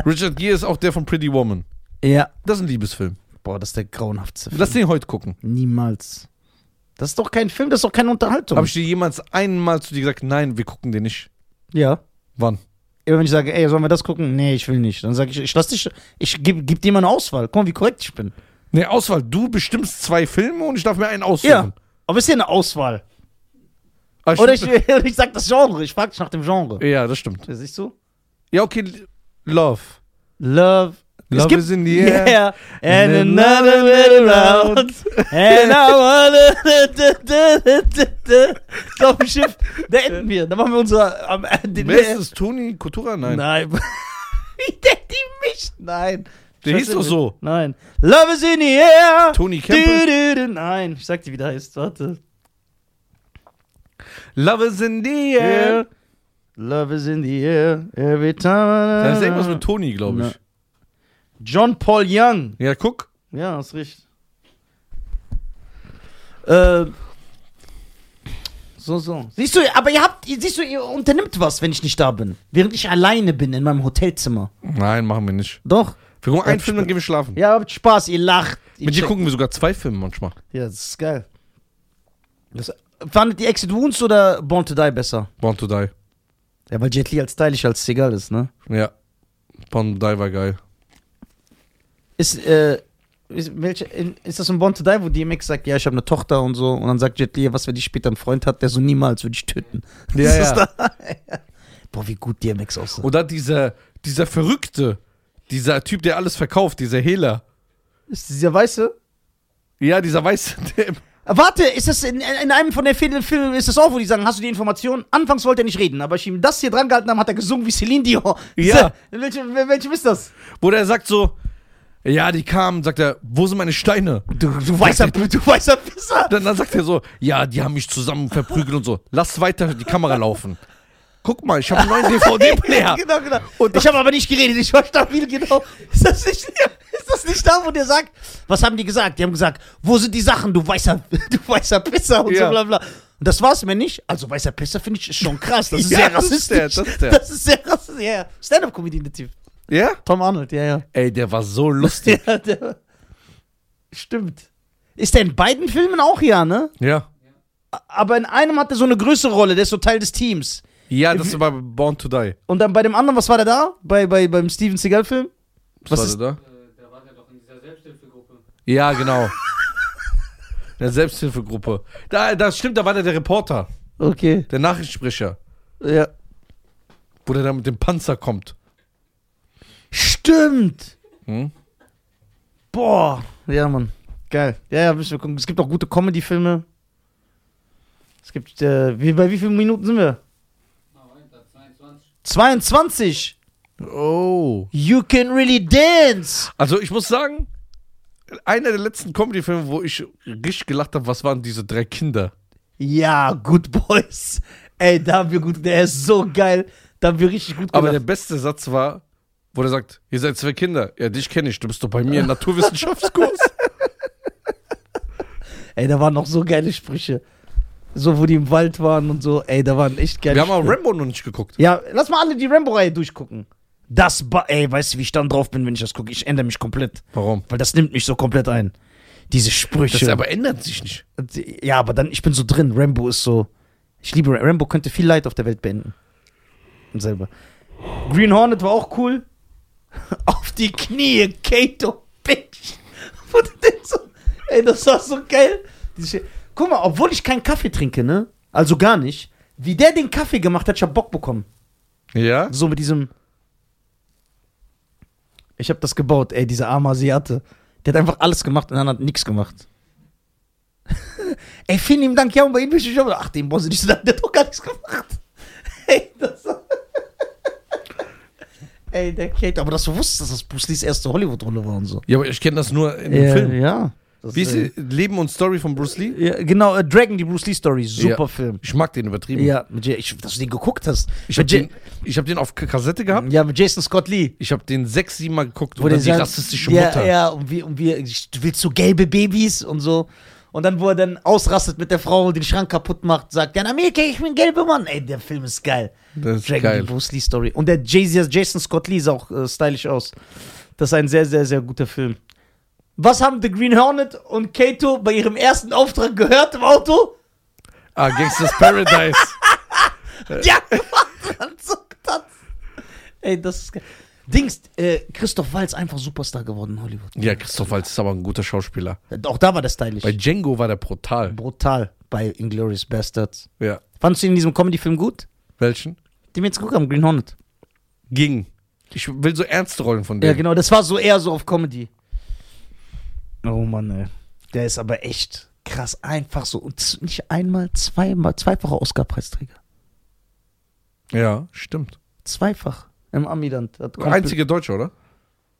S1: Richard Gere ist auch der von Pretty Woman.
S2: Ja.
S1: Das ist ein Liebesfilm.
S2: Boah, das ist der grauenhafteste Film.
S1: Lass den heute gucken.
S2: Niemals. Das ist doch kein Film, das ist doch keine Unterhaltung.
S1: Habe ich dir jemals einmal zu dir gesagt, nein, wir gucken den nicht?
S2: ja.
S1: Wann?
S2: Immer wenn ich sage, ey, sollen wir das gucken? Nee, ich will nicht. Dann sage ich, ich lass dich, ich gebe geb dir mal eine Auswahl. Guck mal, wie korrekt ich bin.
S1: Ne, Auswahl. Du bestimmst zwei Filme und ich darf mir einen aussuchen. Ah,
S2: Aber ist ja eine Auswahl.
S1: Aber
S2: Oder ich, ich sag das Genre, ich frage dich nach dem Genre.
S1: ja, das stimmt.
S2: Siehst du?
S1: Ja, okay, Love.
S2: Love.
S1: Love is in the air.
S2: Yeah. And another little round. And I wanna. Auf dem Schiff. Da enden wir. Da machen wir unser. Am, den,
S1: Wer ist es? Toni Kutura? Nein.
S2: Nein. Wie der die mich? Nein.
S1: Der hieß doch so.
S2: Nein. Love is in the air.
S1: Tony Campbell?
S2: Du, du, du. Nein, ich sag dir, wie der heißt. Warte.
S1: Love is in the air.
S2: Love is in the air. Every time.
S1: Das ist irgendwas mit Toni, glaube ich.
S2: John Paul Young.
S1: Ja, guck.
S2: Ja, hast recht. Äh,
S1: Ähm.
S2: so, so. Siehst du, aber ihr habt, ihr- siehst du, ihr unternimmt was, wenn ich nicht da bin. Während ich alleine bin in meinem Hotelzimmer.
S1: Nein, machen wir nicht.
S2: Doch.
S1: Wir gucken einen Film, dann gehen wir schlafen.
S2: Ja, habt Spaß, ihr lacht. Ihr
S1: Mit dir
S2: checkt.
S1: gucken wir sogar zwei Filme manchmal.
S2: Ja, das ist geil. Das, fandet ihr Exit Wounds oder Born to Die besser?
S1: Born to Die.
S2: Ja, weil Jet Li als stylisch als egal ist, ne?
S1: Ja. Born to Die war geil.
S2: Ist, äh, ist, welche, in, ist das ein Born to Die, wo DMX sagt, ja, ich habe eine Tochter und so, und dann sagt Jet Li, was, wenn die später einen Freund hat, der so niemals würde ich töten.
S1: Ja,
S2: Das
S1: ja.
S2: ist da- Boah, wie gut DMX aussah.
S1: Oder dieser, dieser Verrückte. Dieser Typ, der alles verkauft, dieser Hehler.
S2: Ist dieser weiße?
S1: Ja, dieser Weiße. Der,
S2: Ah, Warte, ist das in, in einem von der Filmen Film ist das auch, wo die sagen, hast du die Information? Anfangs wollte er nicht reden, aber als ich ihm das hier dran gehalten habe, hat er gesungen wie Celine Dion.
S1: Ja.
S2: Diese- Welche, welche ist das?
S1: wo der sagt so, ja, die kamen, sagt er, wo sind meine Steine?
S2: Du, du weißer, du weißer Pisser.
S1: Dann, dann sagt er so, ja, die haben mich zusammen verprügelt und so. Lass weiter die Kamera laufen. Guck mal, ich habe einen neuen DVD-Player.
S2: Genau, genau. ich habe aber nicht geredet, ich war stabil, genau. Ist das, nicht, ist das nicht da, wo der sagt, was haben die gesagt? Die haben gesagt, wo sind die Sachen, du weißer, du weißer Pisser und
S1: Ja.
S2: so bla bla. Und das war's mir nicht. Also weißer Pisser finde ich ist schon krass. Das ist
S1: Ja,
S2: sehr
S1: das
S2: rassistisch.
S1: ist der, das ist der.
S2: Das ist sehr rassistisch. Ja, ja. Stand-up-Comedian, der Typ.
S1: Ja?
S2: Tom Arnold, ja, ja.
S1: Ey, der war so lustig.
S2: ja der, stimmt. Ist der in beiden Filmen auch ja, ne?
S1: ja.
S2: Aber in einem hat er so eine größere Rolle, der ist so Teil des Teams.
S1: Ja, das war bei Born to Die.
S2: Und dann bei dem anderen, was war der da? Bei, bei, beim Steven Seagal-Film? Was
S1: war
S2: ist-
S1: der da?
S3: Äh, da war der doch in dieser Selbsthilfegruppe.
S1: Ja, genau. Der Selbsthilfegruppe. Da, das stimmt, da war der, der Reporter,
S2: Okay,
S1: der Nachrichtensprecher,
S2: ja.
S1: wo der da mit dem Panzer kommt.
S2: Stimmt!
S1: Hm?
S2: Boah! Ja, Mann. Geil. Ja, ja, müssen wir gucken. Es gibt auch gute Comedy-Filme. Es gibt, äh, wie, bei wie vielen Minuten sind wir?
S3: Ah, wait, da 22.
S2: 22!
S1: Oh.
S2: You can really dance!
S1: Also ich muss sagen, einer der letzten Comedy-Filme, wo ich richtig gelacht habe, was waren diese drei Kinder?
S2: Ja, Good Boys. Ey, da haben wir gut, der ist so geil. Da haben wir richtig gut
S1: Aber der
S2: gemacht.
S1: beste Satz war, wo der sagt, ihr seid zwei Kinder. Ja, dich kenne ich, du bist doch bei mir im Naturwissenschaftskurs.
S2: Ey, da waren noch so geile Sprüche. So, wo die im Wald waren und so. Ey, da waren echt geile
S1: Wir haben auch
S2: Sprüche.
S1: Rambo noch nicht geguckt.
S2: Ja, lass mal alle die Rambo-Reihe durchgucken. Das, ba ey, weißt du, wie ich dann drauf bin, wenn ich das gucke? Ich ändere mich komplett.
S1: Warum?
S2: Weil das nimmt mich so komplett ein. Diese
S1: Das
S2: Sprüche.
S1: aber ändert sich nicht.
S2: ja, aber dann, ich bin so drin. Rambo ist so. Ich liebe Rambo. Rambo könnte viel Leid auf der Welt beenden. Und selber. Green Hornet war auch cool. auf die Knie, Kato, Bitch. Wo du denkst so, ey, das war so geil. Diese- Guck mal, obwohl ich keinen Kaffee trinke, ne? Also gar nicht. Wie der den Kaffee gemacht hat, ich hab Bock bekommen.
S1: Ja?
S2: So mit diesem. Ich habe das gebaut, ey, dieser arme Asiate. Der hat einfach alles gemacht und dann hat nichts gemacht. ey, vielen lieben Dank, ja, und bei Ihnen bin ich auch. Ach, den brauchst du nicht zu sagen, der hat doch gar nichts gemacht. Ey, das. ey, der Kate, aber dass du wusstest, dass das Bruce Lees erste Hollywood-Rolle war und so. Äh,
S1: Ja, aber ich kenne das nur in dem Film.
S2: ja.
S1: Wie ist die Leben und Story von Bruce Lee?
S2: ja, genau, äh, Dragon, die Bruce Lee-Story, super
S1: Ja.
S2: Film.
S1: Ich mag den übertrieben.
S2: Ja, mit, Ja- ich, dass du den geguckt hast.
S1: Ich habe
S2: Mit Ja-
S1: den, ich hab den auf K- Kassette gehabt.
S2: ja, mit Jason Scott Lee.
S1: Ich habe den sechs, sieben Mal geguckt.
S2: Wo
S1: Oder
S2: der
S1: die
S2: sagt,
S1: rassistische
S2: ja,
S1: Mutter.
S2: Ja, und wir, und wir, du willst so gelbe Babys und so. Und dann, wo er dann ausrastet mit der Frau, den Schrank kaputt macht, sagt, ja, in Amerika, ich bin ein gelber Mann. Ey, der Film ist geil.
S1: Das ist
S2: Dragon
S1: geil.
S2: die Bruce Lee Story. Und der Jay-Z- also Jason Scott Lee sah auch äh, stylisch aus. Das ist ein sehr, sehr, sehr guter Film. Was haben The Green Hornet und Kato bei ihrem ersten Auftrag gehört im Auto?
S1: Ah, Gangsters Paradise. Äh.
S2: Ja, gemacht und so getanzt. Ey, das ist geil. Dings, äh, Christoph Walz einfach Superstar geworden in Hollywood.
S1: ja, Christoph Waltz ist aber ein guter Schauspieler.
S2: Auch da war der stylisch.
S1: Bei Django war der brutal.
S2: brutal bei Inglourious Bastards.
S1: Ja.
S2: Fandst du ihn in diesem Comedy-Film gut?
S1: Welchen?
S2: Den wir jetzt geguckt haben, Green Hornet.
S1: Ging. Ich will so ernste Rollen von dem.
S2: Ja, genau, das war so eher so auf Comedy. Oh Mann, ey. Der ist aber echt krass einfach so. Und z- nicht einmal, zweimal, zweifacher Oscar-Preisträger.
S1: Ja, stimmt.
S2: Zweifach. Im Amiland. Das genau. kommt-
S1: Einziger Deutscher, oder?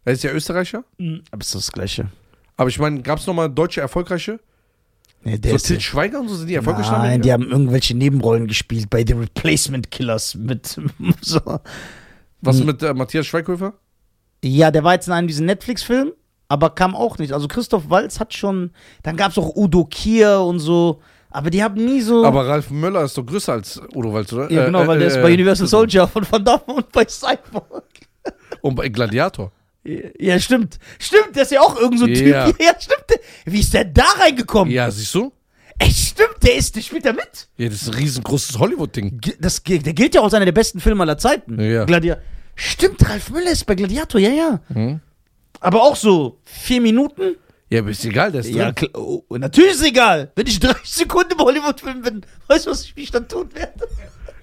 S1: Er ist ja Österreicher.
S2: Mhm. Aber ist das Gleiche.
S1: Aber ich meine, gab es nochmal deutsche Erfolgreiche?
S2: Nee,
S1: So
S2: der ist
S1: Til Schweiger und so sind die erfolgreich in
S2: Nein,
S1: Amerika?
S2: die haben irgendwelche Nebenrollen gespielt bei The Replacement Killers mit so.
S1: Was mit äh, Matthias Schweighöfer?
S2: Ja, der war jetzt in einem dieser Netflix-Film, aber kam auch nicht. Also Christoph Walz hat schon. Dann gab es auch Udo Kier und so, aber die haben nie so.
S1: Aber Ralf Möller ist doch größer als Udo Walz, oder?
S2: ja, genau,
S1: Äh,
S2: weil
S1: äh,
S2: der ist
S1: äh,
S2: bei Universal Soldier von Van Damme und bei Cyborg.
S1: Und bei Gladiator.
S2: Ja, stimmt. Stimmt, der ist ja auch irgend so ein
S1: Ja.
S2: Typ. Ja, stimmt. der- Wie ist der da reingekommen?
S1: Ja, siehst du?
S2: Ey, stimmt, der ist, der spielt da mit.
S1: Ja, das ist ein riesengroßes Hollywood-Ding.
S2: Ge- Das, ge- der gilt ja auch als einer der besten Filme aller Zeiten.
S1: Ja.
S2: Gladiator. Stimmt, Ralf Müller ist bei Gladiator, ja, ja.
S1: Mhm.
S2: Aber auch so vier Minuten.
S1: Ja, aber ist egal, der ist
S2: Ja,
S1: drin.
S2: klar. Oh, natürlich ist egal. Wenn ich 30 Sekunden im Hollywood-Film bin, weißt du, was ich mich dann tun werde?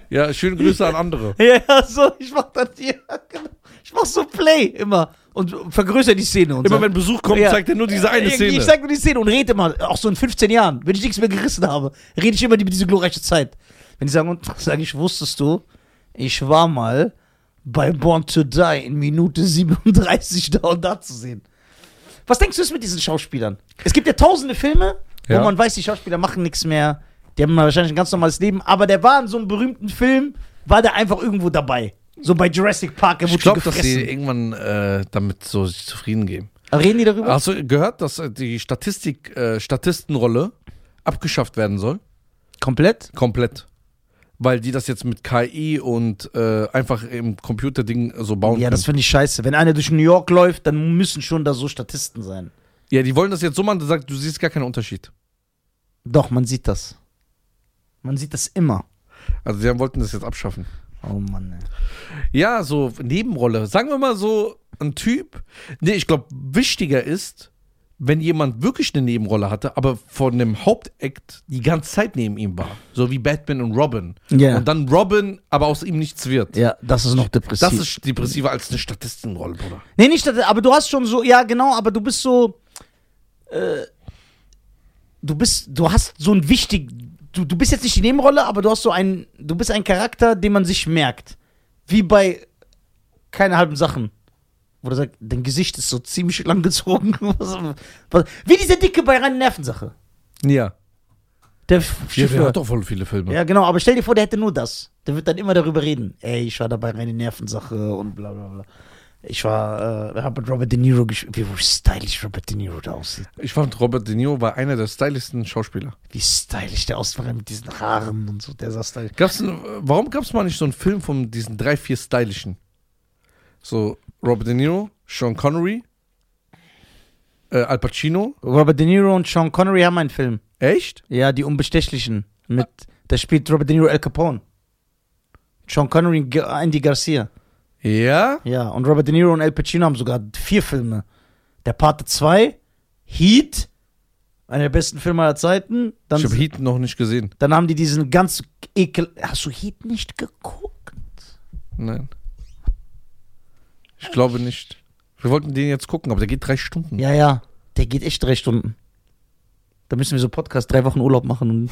S1: Ja, schöne Grüße an andere.
S2: Ja, ja, so, ich mach dann hier. Genau. Ich mach so Play immer und vergrößere die Szene. Und
S1: Immer
S2: so.
S1: wenn Besuch kommt,
S2: Ja.
S1: zeigt er nur diese eine
S2: Ich- Ich
S1: Szene.
S2: sag nur die Szene und rede immer, auch so in 15 Jahren, wenn ich nichts mehr gerissen habe, rede ich immer über diese glorreiche Zeit. Wenn die sagen, und sage ich, wusstest du, ich war mal bei Born to Die in Minute 37 da und da zu sehen. Was denkst du ist mit diesen Schauspielern? Es gibt ja tausende Filme,
S1: Ja.
S2: wo man weiß, die Schauspieler machen nichts mehr. Die haben wahrscheinlich ein ganz normales Leben, aber der war in so einem berühmten Film, war der einfach irgendwo dabei. So bei Jurassic Park, er
S1: Ich
S2: wurde
S1: glaube, dass die
S2: gefressen.
S1: irgendwann äh, damit so sich zufrieden geben.
S2: Reden die darüber?
S1: Hast du gehört, dass äh, die Statistik, äh, Statistenrolle abgeschafft werden soll?
S2: Komplett?
S1: Komplett. Weil die das jetzt mit KI und äh, einfach im Computerding so bauen.
S2: Ja, das
S1: können.
S2: finde ich scheiße. Wenn einer durch New York läuft, dann müssen schon da so Statisten sein.
S1: ja, die wollen das jetzt so machen, dass du sagst, du siehst gar keinen Unterschied.
S2: Doch, man sieht das. Man sieht das immer.
S1: Also die wollten das jetzt abschaffen.
S2: Oh Mann, ey.
S1: Ja, so Nebenrolle. Sagen wir mal so ein Typ. Nee, ich glaube, wichtiger ist, wenn jemand wirklich eine Nebenrolle hatte, aber von dem Hauptakt die ganze Zeit neben ihm war. So wie Batman und Robin.
S2: Ja.
S1: Und dann Robin, aber aus ihm nichts wird.
S2: Ja, das ist noch depressiv.
S1: Das ist depressiver als eine Statistenrolle, Bruder.
S2: nee, nicht, dass- aber du hast schon so, ja genau, aber du bist so, äh, du bist, du hast so ein wichtig, du, du bist jetzt nicht die Nebenrolle, aber du hast so einen, du bist ein Charakter, den man sich merkt. Wie bei keine halben Sachen. Wo du sagst, dein Gesicht ist so ziemlich lang gezogen. Was- was- Wie dieser Dicke bei reiner Nervensache.
S1: Ja. Ja,
S2: Der
S1: der
S2: Schiffer.
S1: hat doch voll viele Filme.
S2: Ja, genau, aber stell dir vor, der hätte nur das. Der wird dann immer darüber reden. Ey, ich war dabei reine Nervensache und bla bla bla. Ich war, äh, hab mit Robert De Niro gespielt. Wie stylisch Robert De Niro da aussieht.
S1: Ich fand, Robert De Niro war einer der stylischsten Schauspieler.
S2: Wie stylisch der aussieht vor allem mit diesen Haaren und so. Der sah stylisch.
S1: Gab's, denn- warum gab es mal nicht so einen Film von diesen drei, vier Stylischen? So Robert De Niro, Sean Connery, äh, Al Pacino.
S2: Robert De Niro und Sean Connery haben einen Film.
S1: Echt?
S2: Ja, die Unbestechlichen. Mit, da spielt Robert De Niro Al Capone. Sean Connery und Ga- Andy Garcia.
S1: Ja?
S2: Ja, und Robert De Niro und Al Pacino haben sogar vier Filme. Der Pate 2, Heat, einer der besten Filme aller Zeiten. Dann
S1: ich habe Heat noch nicht gesehen.
S2: Dann haben die diesen ganz ekel. Hast du Heat nicht geguckt?
S1: Nein. Ich glaube nicht. Wir wollten den jetzt gucken, aber der geht drei Stunden.
S2: Ja, ja. Der geht echt drei Stunden. Da müssen wir so Podcast drei Wochen Urlaub machen. Und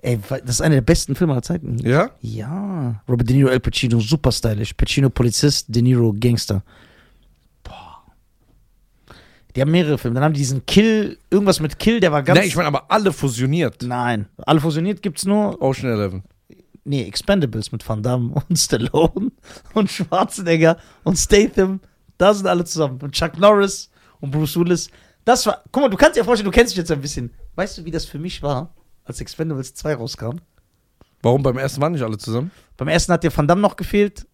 S2: Ey, wa- das ist einer der besten Filme aller Zeiten.
S1: Ja?
S2: Ja. Robert De Niro, El Pacino, super stylisch. Pacino Polizist, De Niro Gangster. Boah. Die haben mehrere Filme. Dann haben die diesen Kill, irgendwas mit Kill, der war ganz.
S1: Nein, ich meine aber alle fusioniert.
S2: Nein. Alle fusioniert gibt's nur
S1: Ocean Eleven.
S2: nee, Expendables mit Van Damme und Stallone und Schwarzenegger und Statham, da sind alle zusammen. Und Chuck Norris und Bruce Willis. Das war, guck mal, du kannst dir vorstellen, du kennst dich jetzt ein bisschen. Weißt du, wie das für mich war, als Expendables 2 rauskam?
S1: Warum beim ersten waren nicht alle zusammen?
S2: Beim ersten hat dir Van Damme noch gefehlt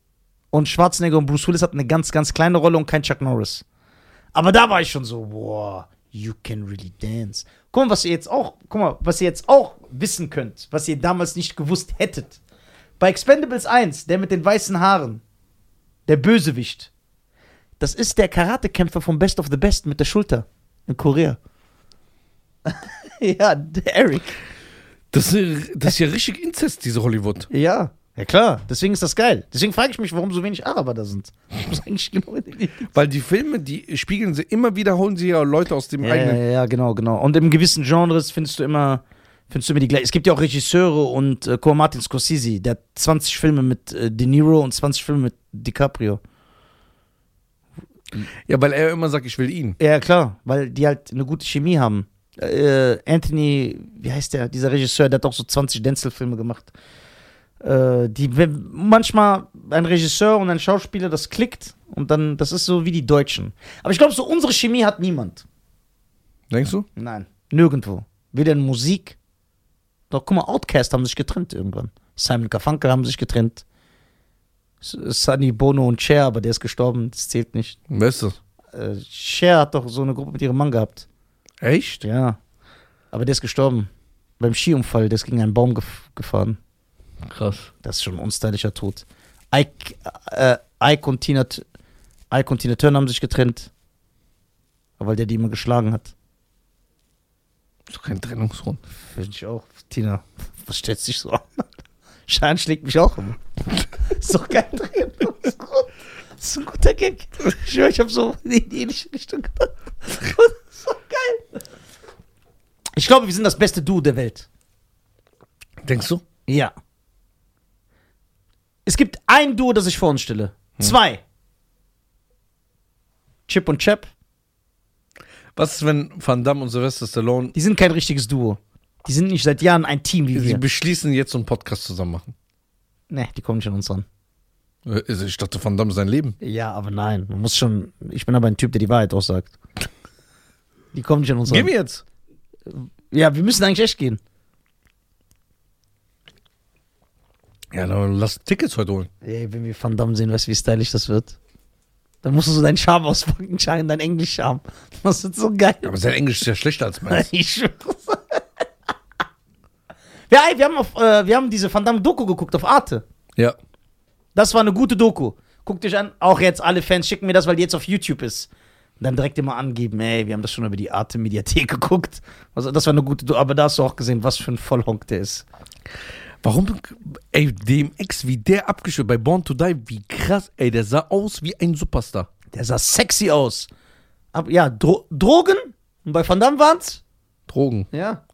S2: und Schwarzenegger und Bruce Willis hatten eine ganz, ganz kleine Rolle und kein Chuck Norris. Aber da war ich schon so, wow, you can really dance. Guck mal, was ihr jetzt auch, guck mal, was ihr jetzt auch wissen könnt, was ihr damals nicht gewusst hättet. Bei Expendables 1, der mit den weißen Haaren, der Bösewicht, das ist der Karatekämpfer von Best of the Best mit der Schulter in Korea. ja, der Eric.
S1: Das ist, das ist ja richtig Inzest, diese Hollywood.
S2: Ja. Ja klar, deswegen ist das geil. Deswegen frage ich mich, warum so wenig Araber da sind. Das ist eigentlich genau
S1: Weil die Filme, die spiegeln sie immer wieder, holen sie ja Leute aus dem
S2: ja, ja,
S1: eigenen.
S2: ja, genau, genau. Und im gewissen Genres findest du immer, Findest du mir die gleich? Es gibt ja auch Regisseure und äh, guck mal, Martin Scorsese, der hat 20 Filme mit äh, De Niro und 20 Filme mit DiCaprio.
S1: Ja, weil er immer sagt, ich will ihn.
S2: Ja, klar, weil die halt eine gute Chemie haben. Äh, Anthony, wie heißt der, dieser Regisseur, der hat auch so 20 Denzel-Filme gemacht. Äh, die, wenn manchmal ein Regisseur und ein Schauspieler, das klickt und dann, das ist so wie die Deutschen. Aber ich glaube, so unsere Chemie hat niemand.
S1: Denkst du?
S2: Nein, nirgendwo. Weder in Musik. Doch, guck mal, Outcast haben sich getrennt irgendwann. Simon Garfunkel haben sich getrennt. S- Sonny Bono und Cher, aber der ist gestorben, das zählt nicht.
S1: Weißt du?
S2: Äh, Cher hat doch so eine Gruppe mit ihrem Mann gehabt.
S1: Echt?
S2: Ja. Aber der ist gestorben. Beim Skiunfall, der ist gegen einen Baum gef gefahren.
S1: Krass.
S2: Das ist schon ein unstylischer Tod. Ike, äh, Ike, und Tina, T- Ike und Tina Turner haben sich getrennt. Aber Weil der die immer geschlagen hat.
S1: Ist doch kein Trennungsgrund.
S2: Finde ich auch. Tina, was stellst du dich so an? Schein schlägt mich auch immer. ist doch kein Trennungsgrund. Das ist ein guter Gag. Ich schwör, ich habe so in die ähnliche Richtung gedacht. Das ist doch geil. Ich glaube, wir sind das beste Duo der Welt.
S1: Denkst du?
S2: Ja. Es gibt ein Duo, das ich vor uns stelle. Zwei. Chip und Chap.
S1: Was ist, wenn Van Damme und Sylvester Stallone,
S2: Die sind kein richtiges Duo. Die sind nicht seit Jahren ein Team wie
S1: sie
S2: wir.
S1: beschließen, jetzt so einen Podcast zusammen machen?
S2: Ne, die kommen nicht an uns ran.
S1: Äh, also Ich dachte, Van Damme ist sein Leben.
S2: Ja, aber nein. Man muss schon. Ich bin aber ein Typ, der die Wahrheit aussagt. Die kommen nicht an uns
S1: Gib
S2: ran.
S1: mir jetzt.
S2: Ja, wir müssen eigentlich echt gehen.
S1: Ja, dann lass Tickets heute holen.
S2: Ey, wenn wir Van Damme sehen, weißt du, wie stylisch das wird? Dann musst du so deinen Charme auspacken, Charme, deinen Englisch-Charme. Das wird so geil.
S1: Ja, aber sein Englisch ist ja schlechter als meins.
S2: Ich schwör's. Ja, ey, wir haben, auf, äh, wir haben diese Van Damme-Doku geguckt auf Arte.
S1: Ja.
S2: Das war eine gute Doku. Guckt euch an. Auch jetzt alle Fans schicken mir das, weil die jetzt auf YouTube ist. Und dann direkt immer angeben, ey, wir haben das schon über die Arte-Mediathek geguckt. Also, das war eine gute Doku. Aber da hast du auch gesehen, was für ein Vollhonk der ist.
S1: Warum, ey, dem Ex, wie der abgeschüttet bei Born to Die, wie krass, ey, der sah aus wie ein Superstar.
S2: Der sah sexy aus. Aber ja, Dro Drogen? Und bei Van Damme waren's?
S1: Drogen.
S2: Ja.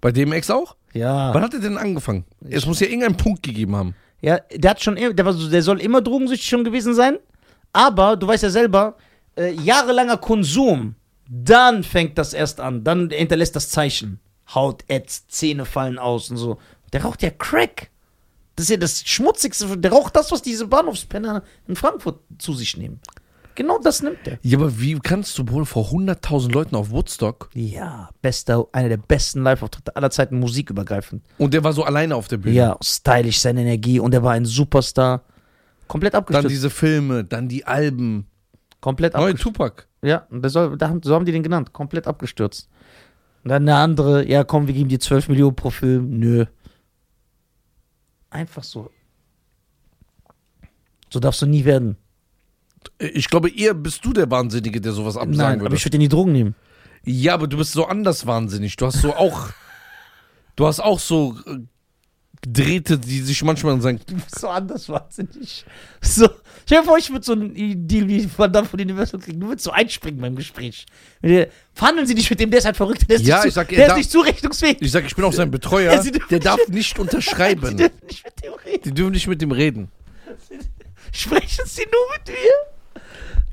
S1: Bei dem Ex auch? Wann
S2: Ja.
S1: hat er denn angefangen? Es muss ja irgendeinen Punkt gegeben haben.
S2: Ja, der hat schon, immer- der, war so, der soll immer drogensüchtig schon gewesen sein. Aber du weißt ja selber, äh, jahrelanger Konsum, dann fängt das erst an. Dann hinterlässt das Zeichen. Haut ätzt, Zähne fallen aus und so. Der raucht ja Crack. Das ist ja das Schmutzigste. Der raucht das, was diese Bahnhofspenner in Frankfurt zu sich nehmen. Genau das nimmt er.
S1: Ja, aber wie kannst du wohl vor 100.000 Leuten auf Woodstock
S2: Ja, bester, einer der besten Live-Auftritte aller Zeiten, musikübergreifend.
S1: und der war so alleine auf der Bühne?
S2: Ja, stylisch seine Energie und er war ein Superstar. Komplett
S1: Dann
S2: abgestürzt.
S1: diese Filme, dann die Alben.
S2: Komplett
S1: Neue
S2: abgestürzt.
S1: Tupac.
S2: Ja, und das soll, da haben, so haben die den genannt. Komplett abgestürzt. Und dann eine andere, ja komm, wir geben dir 12 Millionen pro Film. Nö. Einfach so. So darfst du nie werden.
S1: Ich glaube, eher bist du der Wahnsinnige, der sowas absagen
S2: Nein, aber
S1: würde.
S2: ich würde dir die Drogen nehmen.
S1: ja, aber du bist so anders wahnsinnig. Du hast so auch. du hast auch so äh, gedrehte, die sich manchmal sagen.
S2: Du bist so anders wahnsinnig. So, stell dir vor, ich würde so einen Deal wie Van Damme von Universal kriegen. Du würdest so einspringen beim Gespräch. Wenn ihr- Verhandeln Sie nicht mit dem, der ist halt verrückt, der ist,
S1: Ja,
S2: nicht, zu,
S1: ich sag, er
S2: der ist
S1: darf-
S2: nicht zurechnungsfähig.
S1: Ich sage, ich bin auch sein Betreuer.
S2: Ja, sie dürfen
S1: Der darf
S2: nicht-
S1: nicht
S2: Sie
S1: unterschreiben.
S2: dürfen nicht mit dem reden.
S1: Die dürfen nicht mit dem reden.
S2: Sprechen Sie nur mit mir.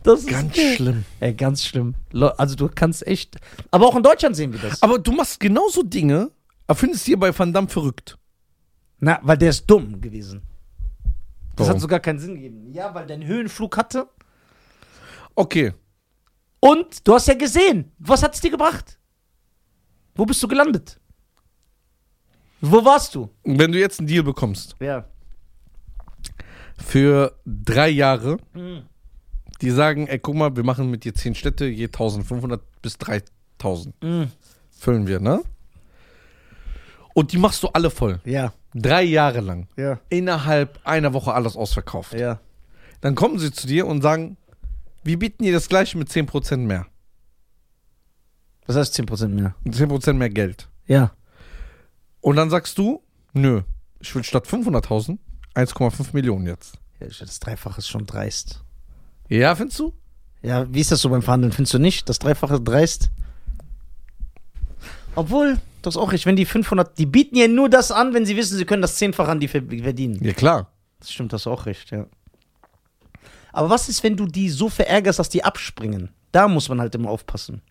S2: Das ist
S1: Ganz
S2: geil.
S1: schlimm.
S2: Ey, ganz schlimm. Le- Also du kannst echt. Aber auch in Deutschland sehen wir das.
S1: Aber du machst genauso Dinge, aber findest dir bei Van Damme verrückt.
S2: Na, weil der ist dumm gewesen. Das
S1: Warum?
S2: hat sogar keinen Sinn gegeben. Ja, weil der einen Höhenflug hatte.
S1: Okay.
S2: Und du hast ja gesehen, was hat es dir gebracht? Wo bist du gelandet? Wo warst du?
S1: Und Wenn du jetzt einen Deal bekommst
S2: Ja.
S1: für drei Jahre,
S2: Mhm.
S1: die sagen, ey, guck mal, wir machen mit dir zehn Städte, je 1500 bis 3000.
S2: Mhm.
S1: füllen wir, ne? Und die machst du alle voll.
S2: Ja,
S1: Drei Jahre lang.
S2: ja,
S1: Innerhalb einer Woche alles ausverkauft.
S2: ja.
S1: Dann kommen sie zu dir und sagen, wir bieten dir das gleiche mit 10% mehr.
S2: Das heißt 10% mehr.
S1: Und 10% mehr Geld.
S2: Ja.
S1: Und dann sagst du, nö, ich will statt 500.000 1,5 Millionen jetzt.
S2: ja. Das Dreifache ist schon dreist.
S1: Ja, findest du?
S2: Ja, wie ist das so beim Verhandeln? Findest du nicht? Das Dreifache dreist? Obwohl, das ist auch richtig. Wenn die 500, die bieten ja nur das an, wenn sie wissen, sie können das zehnfach an die ver- verdienen.
S1: Ja, klar.
S2: Das stimmt, das ist auch recht, ja. Aber was ist, wenn du die so verärgerst, dass die abspringen? Da muss man halt immer aufpassen.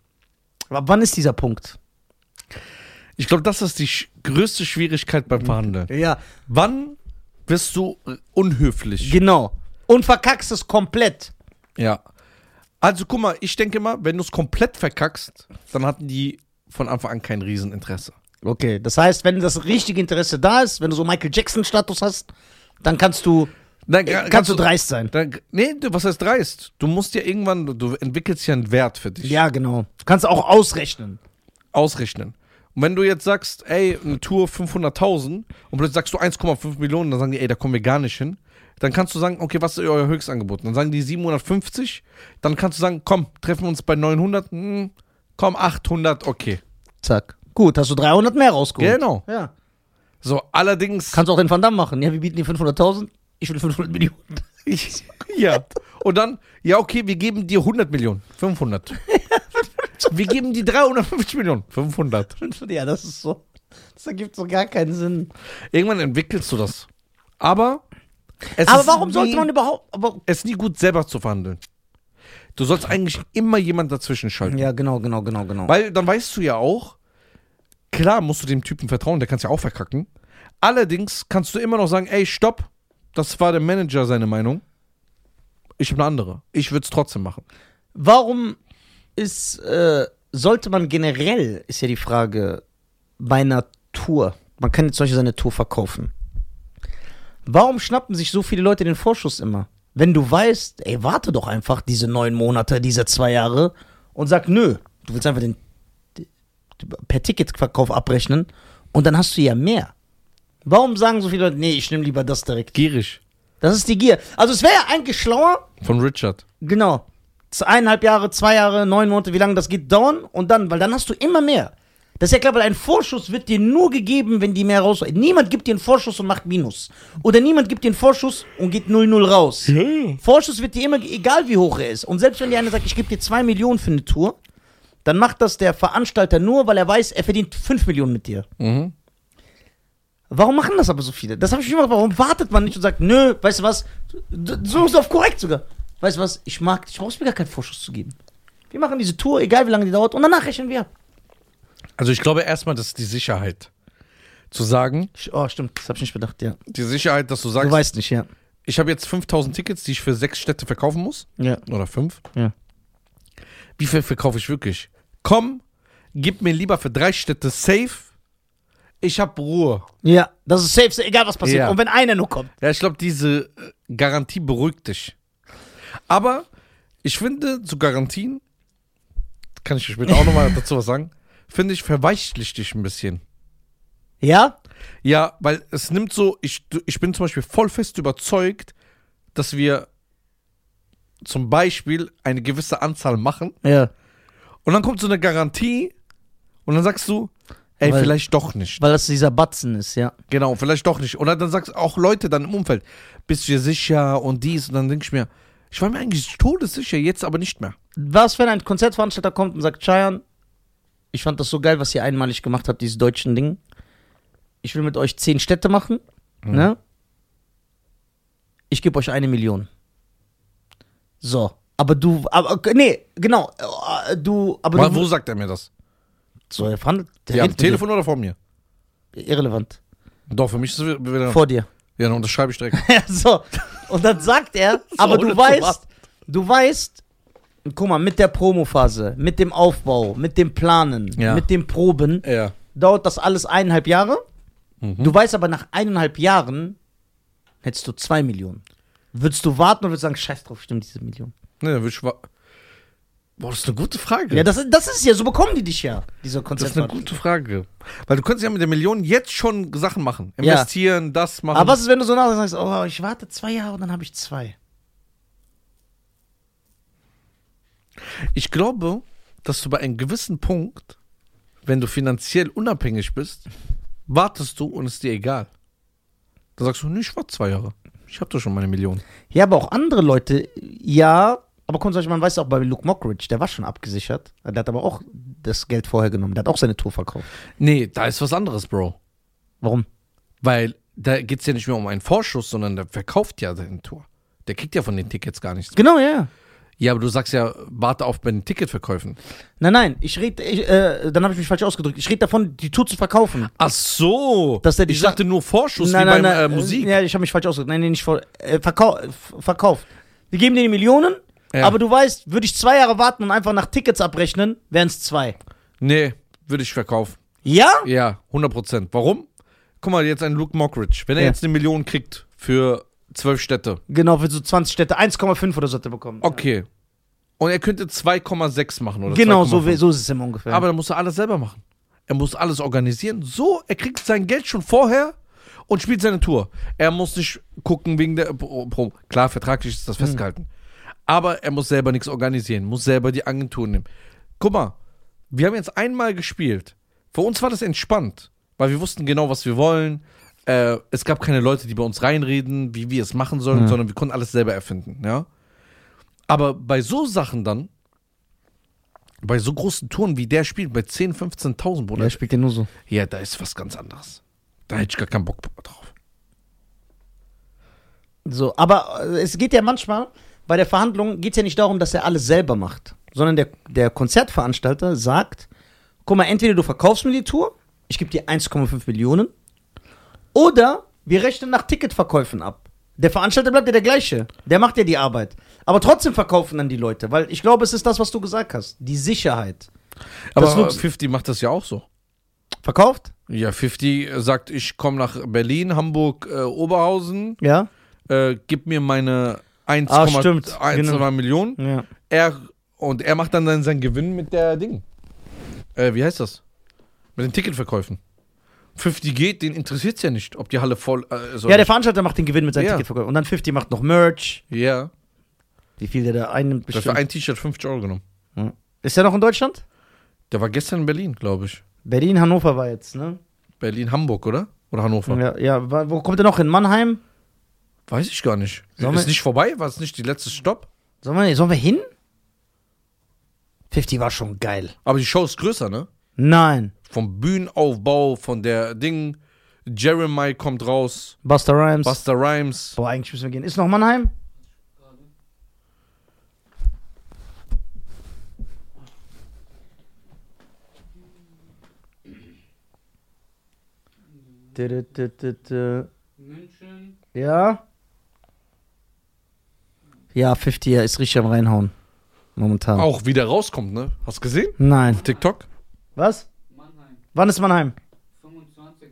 S2: Aber ab wann ist dieser Punkt?
S1: Ich glaube, das ist die sch- größte Schwierigkeit beim Verhandeln.
S2: Ja,
S1: Wann bist du äh, unhöflich?
S2: genau. Und verkackst es komplett.
S1: ja. Also guck mal, ich denke mal, wenn du es komplett verkackst, dann hatten die von Anfang an kein Rieseninteresse.
S2: Okay, das heißt, wenn das richtige Interesse da ist, wenn du so Michael Jackson-Status hast, dann kannst du,
S1: Dann,
S2: äh, kannst du dreist sein.
S1: Dann, nee, du- was heißt dreist? Du musst ja irgendwann, du- du entwickelst ja einen Wert für dich.
S2: Ja, genau. Du kannst auch ausrechnen.
S1: Ausrechnen. Und wenn du jetzt sagst, ey, eine Tour 500.000 und plötzlich sagst du 1,5 Millionen, dann sagen die, ey, da kommen wir gar nicht hin. Dann kannst du sagen, okay, was ist euer Höchstangebot? Dann sagen die 750. Dann kannst du sagen, komm, treffen wir uns bei 900. Hm, komm, 800, okay.
S2: Zack. Gut, hast du 300 mehr rausgeholt.
S1: Genau.
S2: Ja.
S1: So, allerdings.
S2: Kannst auch den Van Damme machen. Ja, wir bieten die 500.000. Ich will 500 Millionen.
S1: ja. Und dann, ja, okay, wir geben dir 100 Millionen. 500. wir geben dir 350 Millionen. 500.
S2: ja, das ist so. Das ergibt so gar keinen Sinn.
S1: Irgendwann entwickelst du das. Aber. es
S2: aber
S1: ist
S2: warum
S1: nie-
S2: sollte man überhaupt. Aber,
S1: Es ist nie gut, selber zu verhandeln. Du sollst eigentlich immer jemand dazwischen schalten.
S2: ja, genau, genau, genau, genau.
S1: Weil dann weißt du ja auch, klar musst du dem Typen vertrauen, der kann es ja auch verkacken. Allerdings kannst du immer noch sagen, ey, stopp, das war der Manager seine Meinung. Ich habe eine andere. Ich würde es trotzdem machen.
S2: Warum ist. Äh, sollte man generell, ist ja die Frage, bei einer Tour. Man kann jetzt zum Beispiel seine Tour verkaufen. Warum schnappen sich so viele Leute den Vorschuss immer? Wenn du weißt, ey, warte doch einfach diese neun Monate, diese zwei Jahre und sag, nö, du willst einfach den per Ticketverkauf abrechnen und dann hast du ja mehr. Warum sagen so viele Leute, nee, ich nehme lieber das direkt?
S1: Gierig.
S2: Das ist die Gier. Also es wäre ja eigentlich schlauer,
S1: Von Richard.
S2: genau, z- eineinhalb Jahre, zwei Jahre, neun Monate, wie lange das geht, dauern und dann, weil dann hast du immer mehr. Das ist ja klar, weil ein Vorschuss wird dir nur gegeben, wenn die mehr raus. Niemand gibt dir einen Vorschuss und macht Minus. Oder niemand gibt dir einen Vorschuss und geht 0-0 raus. Vorschuss wird dir immer, ge- egal wie hoch er ist. Und selbst wenn dir einer sagt, ich gebe dir 2 Millionen für eine Tour, dann macht das der Veranstalter nur, weil er weiß, er verdient 5 Millionen mit dir.
S1: Mhm.
S2: Warum machen das aber so viele? Das habe ich schon mal Warum wartet man nicht und sagt, nö, weißt du was? d- So ist auf korrekt sogar. Weißt du was? Ich mag, ich brauch's mir gar keinen Vorschuss zu geben. Wir machen diese Tour, egal wie lange die dauert, und danach rechnen wir. ab.
S1: Also ich glaube erstmal, das ist die Sicherheit. Zu sagen,
S2: Ich- Oh, stimmt, das habe ich nicht bedacht, ja.
S1: die Sicherheit, dass du sagst,
S2: Du weißt nicht, ja.
S1: ich habe jetzt 5000 Tickets, die ich für sechs Städte verkaufen muss.
S2: Ja.
S1: Oder fünf.
S2: Ja.
S1: Wie viel verkaufe ich wirklich? Komm, gib mir lieber für drei Städte safe. Ich habe Ruhe.
S2: Ja, das ist safe, egal was passiert.
S1: Ja.
S2: Und wenn einer nur kommt.
S1: Ja, ich glaube, diese äh, Garantie beruhigt dich. Aber ich finde, zu Garantien, kann ich später auch nochmal dazu was sagen, finde ich, verweichlicht dich ein bisschen.
S2: Ja?
S1: Ja, weil es nimmt so, ich, ich bin zum Beispiel voll fest überzeugt, dass wir zum Beispiel eine gewisse Anzahl machen
S2: Ja.
S1: und dann kommt so eine Garantie und dann sagst du, ey,
S2: Weil-
S1: vielleicht doch nicht.
S2: Weil das dieser Batzen ist, ja.
S1: Genau, vielleicht doch nicht. Oder dann sagst auch Leute dann im Umfeld, bist du dir sicher und dies und dann denke ich mir, ich war mir eigentlich todessicher, jetzt aber nicht mehr.
S2: Was, wenn ein Konzertveranstalter kommt und sagt, Cheyenne, ich fand das so geil, was ihr einmalig gemacht habt, dieses deutschen Ding. Ich will mit euch zehn Städte machen.
S1: Mhm.
S2: Ne? Ich gebe euch eine Million. So. Aber du, aber, nee, genau, äh, du, aber
S1: Mal,
S2: du,
S1: wo sagt er mir das?
S2: so, er verhandelt, der
S1: Ja, am
S2: redet mit
S1: Telefon oder vor mir?
S2: dir. Irrelevant.
S1: Doch, für mich ist es wieder.
S2: Vor dir.
S1: ja, dann unterschreibe ich direkt.
S2: Ja, so. Und dann sagt er, aber du
S1: ohne
S2: weißt,
S1: Tomaten.
S2: du weißt, guck mal, mit der Promophase, mit dem Aufbau, mit dem Planen,
S1: Ja.
S2: mit dem Proben,
S1: ja.
S2: dauert das alles eineinhalb Jahre. Du weißt aber, nach eineinhalb Jahren hättest du zwei Millionen. Würdest du warten und würdest sagen, scheiß drauf, stimmt diese Million.
S1: Ne, dann würd ich wa- Boah, das ist eine gute Frage.
S2: Ja, das, das ist ja, so bekommen die dich ja, diese
S1: das ist eine
S2: Konzepte.
S1: gute Frage. Weil du könntest ja mit der Million jetzt schon Sachen machen. Investieren, das machen.
S2: Aber was ist, wenn du so nachher sagst, oh, ich warte zwei Jahre und dann habe ich zwei.
S1: Ich glaube, dass du bei einem gewissen Punkt, wenn du finanziell unabhängig bist, wartest du und ist dir egal. Da sagst du, nee, ich warte zwei Jahre. Ich habe doch schon meine Million.
S2: Ja, aber auch andere Leute, ja. Aber guck mal, man weiß auch bei Luke Mockridge, der war schon abgesichert. Der hat aber auch das Geld vorher genommen. Der hat auch seine Tour verkauft.
S1: Nee, da ist was anderes, Bro.
S2: Warum?
S1: Weil da geht es ja nicht mehr um einen Vorschuss, sondern der verkauft ja seine Tour. Der kriegt ja von den Tickets gar nichts.
S2: Genau, ja, ja.
S1: Ja, aber du sagst ja, warte auf bei den Ticketverkäufen.
S2: Nein, nein, ich rede, ich, äh, dann habe ich mich falsch ausgedrückt. Ich rede davon, die Tour zu verkaufen.
S1: Ach so.
S2: Dass der die
S1: ich dachte nur Vorschuss,
S2: nein,
S1: wie
S2: nein,
S1: beim
S2: nein,
S1: äh, Musik.
S2: Ja, ich habe mich falsch ausgedrückt. Nein, nein, nicht vor, äh, verkau f- verkauft. Wir geben dir die Millionen,
S1: Ja.
S2: aber du weißt, würde ich zwei Jahre warten und einfach nach Tickets abrechnen, wären es zwei.
S1: Nee, würde ich verkaufen.
S2: Ja?
S1: Ja, 100%. Warum? Guck mal, jetzt ein Luke Mockridge. Wenn er
S2: Ja.
S1: jetzt eine Million kriegt für zwölf Städte.
S2: Genau, für so 20 Städte. 1,5 oder so hat er bekommen.
S1: Okay. Und er könnte 2,6 machen oder
S2: Genau, so,
S1: 2,5.
S2: wie- so ist es immer ungefähr.
S1: Aber dann muss er alles selber machen. Er muss alles organisieren. So, er kriegt sein Geld schon vorher und spielt seine Tour. Er muss nicht gucken wegen der Pro. Pro- Klar, vertraglich ist das festgehalten. Aber er muss selber nichts organisieren, muss selber die Agentur nehmen. Guck mal, wir haben jetzt einmal gespielt. Für uns war das entspannt, weil wir wussten genau, was wir wollen. Äh, es gab keine Leute, die bei uns reinreden, wie wir es machen sollen, sondern wir konnten alles selber erfinden. Ja? Aber bei so Sachen dann, bei so großen Touren wie der spielt, bei 10.000, 15.000, Bruder,
S2: er spielt ja nur so.
S1: ja, da ist was ganz anderes. Da hätte ich gar keinen Bock drauf.
S2: So, aber äh, es geht ja manchmal, bei der Verhandlung geht es ja nicht darum, dass er alles selber macht, sondern der, der Konzertveranstalter sagt, guck mal, entweder du verkaufst mir die Tour, ich gebe dir 1,5 Millionen, oder wir rechnen nach Ticketverkäufen ab. Der Veranstalter bleibt ja der gleiche, der macht ja die Arbeit. Aber trotzdem verkaufen dann die Leute, weil ich glaube, es ist das, was du gesagt hast, die Sicherheit.
S1: Aber
S2: Das Lux-
S1: 50 macht das ja auch so.
S2: Verkauft?
S1: Ja, 50 sagt, ich komme nach Berlin, Hamburg, äh, Oberhausen,
S2: Ja.
S1: äh, gib mir meine
S2: Ah, stimmt,
S1: 1,1
S2: genau.
S1: Millionen.
S2: Ja.
S1: Er, und er macht dann seinen, seinen Gewinn mit der Ding. Äh, wie heißt das? Mit den Ticketverkäufen. 50 geht, den interessiert es ja nicht, ob die Halle voll äh, ist.
S2: ja,
S1: oder
S2: der Veranstalter macht den Gewinn mit seinem
S1: Ja.
S2: Ticketverkauf. Und dann 50 macht noch Merch,
S1: nicht. ja.
S2: wie viel der da einnimmt.
S1: Der hat für ein T-Shirt 50 Euro genommen.
S2: Ist der noch in Deutschland?
S1: Der war gestern in Berlin, glaube ich.
S2: Berlin, Hannover war jetzt, ne?
S1: Berlin, Hamburg, oder? Oder Hannover?
S2: Ja, ja, wa- wo kommt er noch? In Mannheim?
S1: Weiß ich gar nicht.
S2: Sollen
S1: ist
S2: wir-
S1: nicht vorbei? War es nicht die letzte Stopp?
S2: Sollen wir, sollen wir hin? 50 war schon geil.
S1: Aber die Show ist größer, ne?
S2: Nein.
S1: Vom Bühnenaufbau, von der Ding. Jeremiah kommt raus.
S2: Buster Rhymes.
S1: Buster Rhymes.
S2: Boah, eigentlich müssen wir gehen. Ist noch Mannheim? Dü- dü- dü- dü- dü.
S3: München.
S2: Ja. Ja, 50 ist richtig am Reinhauen. Momentan.
S1: Auch wieder rauskommt, ne? Hast gesehen?
S2: Nein.
S1: TikTok?
S2: Was?
S3: Mannheim.
S2: Wann ist Mannheim?
S3: 25.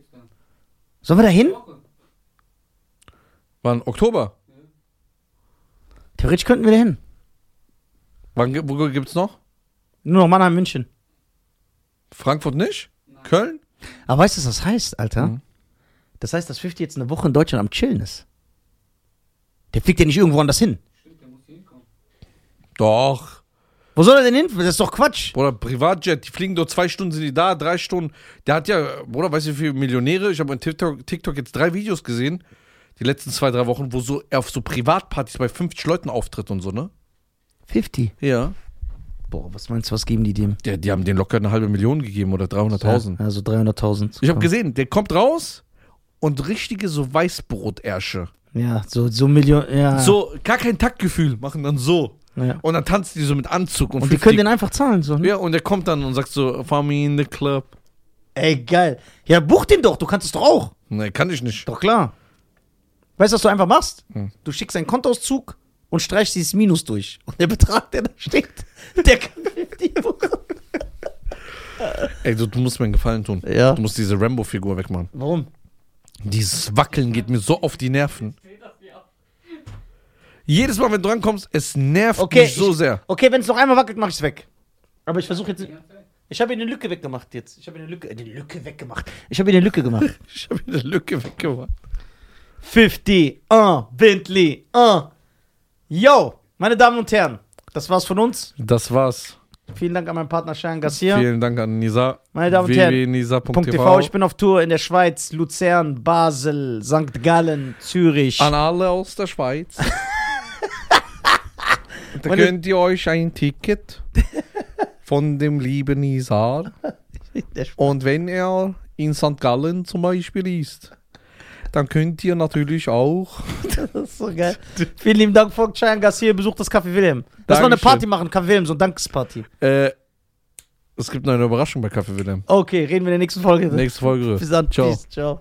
S2: Sollen wir da hin?
S3: Woche.
S1: War im Oktober.
S2: Theoretisch könnten wir da hin.
S1: Wann, gi- wo gibt's noch?
S2: Nur noch Mannheim, München.
S1: Frankfurt nicht? Köln?
S2: Aber weißt du, was das heißt, Alter?
S1: Mhm.
S2: Das heißt, dass 50 jetzt eine Woche in Deutschland am Chillen ist. Der fliegt ja nicht irgendwo anders hin.
S3: Stimmt, der muss hier hinkommen.
S1: Doch.
S2: Wo soll er denn hin? Das ist doch Quatsch.
S1: Bruder, Privatjet, die fliegen dort zwei Stunden, sind die da, drei Stunden. Der hat ja, Bruder, weißt du, wie viele Millionäre? Ich habe in TikTok, TikTok jetzt drei Videos gesehen, die letzten zwei, drei Wochen, wo so er auf so Privatpartys bei 50 Leuten auftritt und so, ne?
S2: 50.
S1: Ja.
S2: Boah, was meinst du, was geben die dem?
S1: Der, die haben den locker eine halbe Million gegeben oder 300.000.
S2: Ja, also 300.000.
S1: Ich habe gesehen, der kommt raus und richtige so Weißbrotärsche.
S2: Ja, so, so Million. Ja.
S1: So, gar kein Taktgefühl, machen dann so.
S2: Ja.
S1: Und dann tanzen die so mit Anzug und,
S2: Und die
S1: 50
S2: können den einfach zahlen. So. ne?
S1: Ja, und der kommt dann und sagt so, Farm me in the club.
S2: Ey, geil. Ja, buch den doch. Du kannst es doch auch.
S1: Nee, kann ich nicht.
S2: Doch klar. Weißt du, was du einfach machst?
S1: Hm.
S2: Du schickst einen Kontoauszug und streichst dieses Minus durch. Und der Betrag, der da steht, der kann 50 buchen.
S1: Ey, du, du musst mir einen Gefallen tun.
S2: Ja.
S1: Du musst diese Rambo-Figur wegmachen.
S2: Warum?
S1: Dieses Wackeln geht mir so auf die Nerven.
S3: Seht das hier ab.
S1: Jedes Mal, wenn du drankommst, es nervt
S2: Okay,
S1: mich so
S2: ich-
S1: sehr.
S2: Okay, wenn es noch einmal wackelt, mach ich es weg. Aber ich versuche jetzt.
S3: Die ganze Zeit.
S2: Ich habe eine Lücke weggemacht jetzt. Ich habe eine Lücke. Eine Lücke weggemacht. Ich habe eine Lücke gemacht.
S1: Ich habe eine Lücke weggemacht.
S2: 50, uh, Bentley, uh. Yo, meine Damen und Herren, das war's von uns.
S1: Das war's.
S2: Vielen Dank an meinen Partner Sharon Garcia.
S1: Vielen Dank an Nisa.
S2: Meine Damen und Herren, .tv. Ich
S1: www.nisa.tv.
S2: bin auf Tour in der Schweiz, Luzern, Basel, St. Gallen, Zürich.
S1: An alle aus der Schweiz. da
S2: Meine-
S1: könnt ihr euch ein Ticket von dem lieben Isar.
S2: Der Sp-
S1: Und wenn er in St. Gallen zum Beispiel ist, dann könnt ihr natürlich auch.
S2: das ist so geil. Vielen lieben Dank, Volk Cheyenne Garcia. Besucht das Café Wilhelm. Lass mal eine
S1: Dankeschön.
S2: Party machen, Café Wilhelm, so eine Dankesparty.
S1: Äh, es gibt noch eine Überraschung bei Kaffee Wilhelm.
S2: Okay, reden wir in der nächsten Folge.
S1: Nächste Folge.
S2: Bis dann.
S1: Ciao.
S2: Tschüss. Ciao.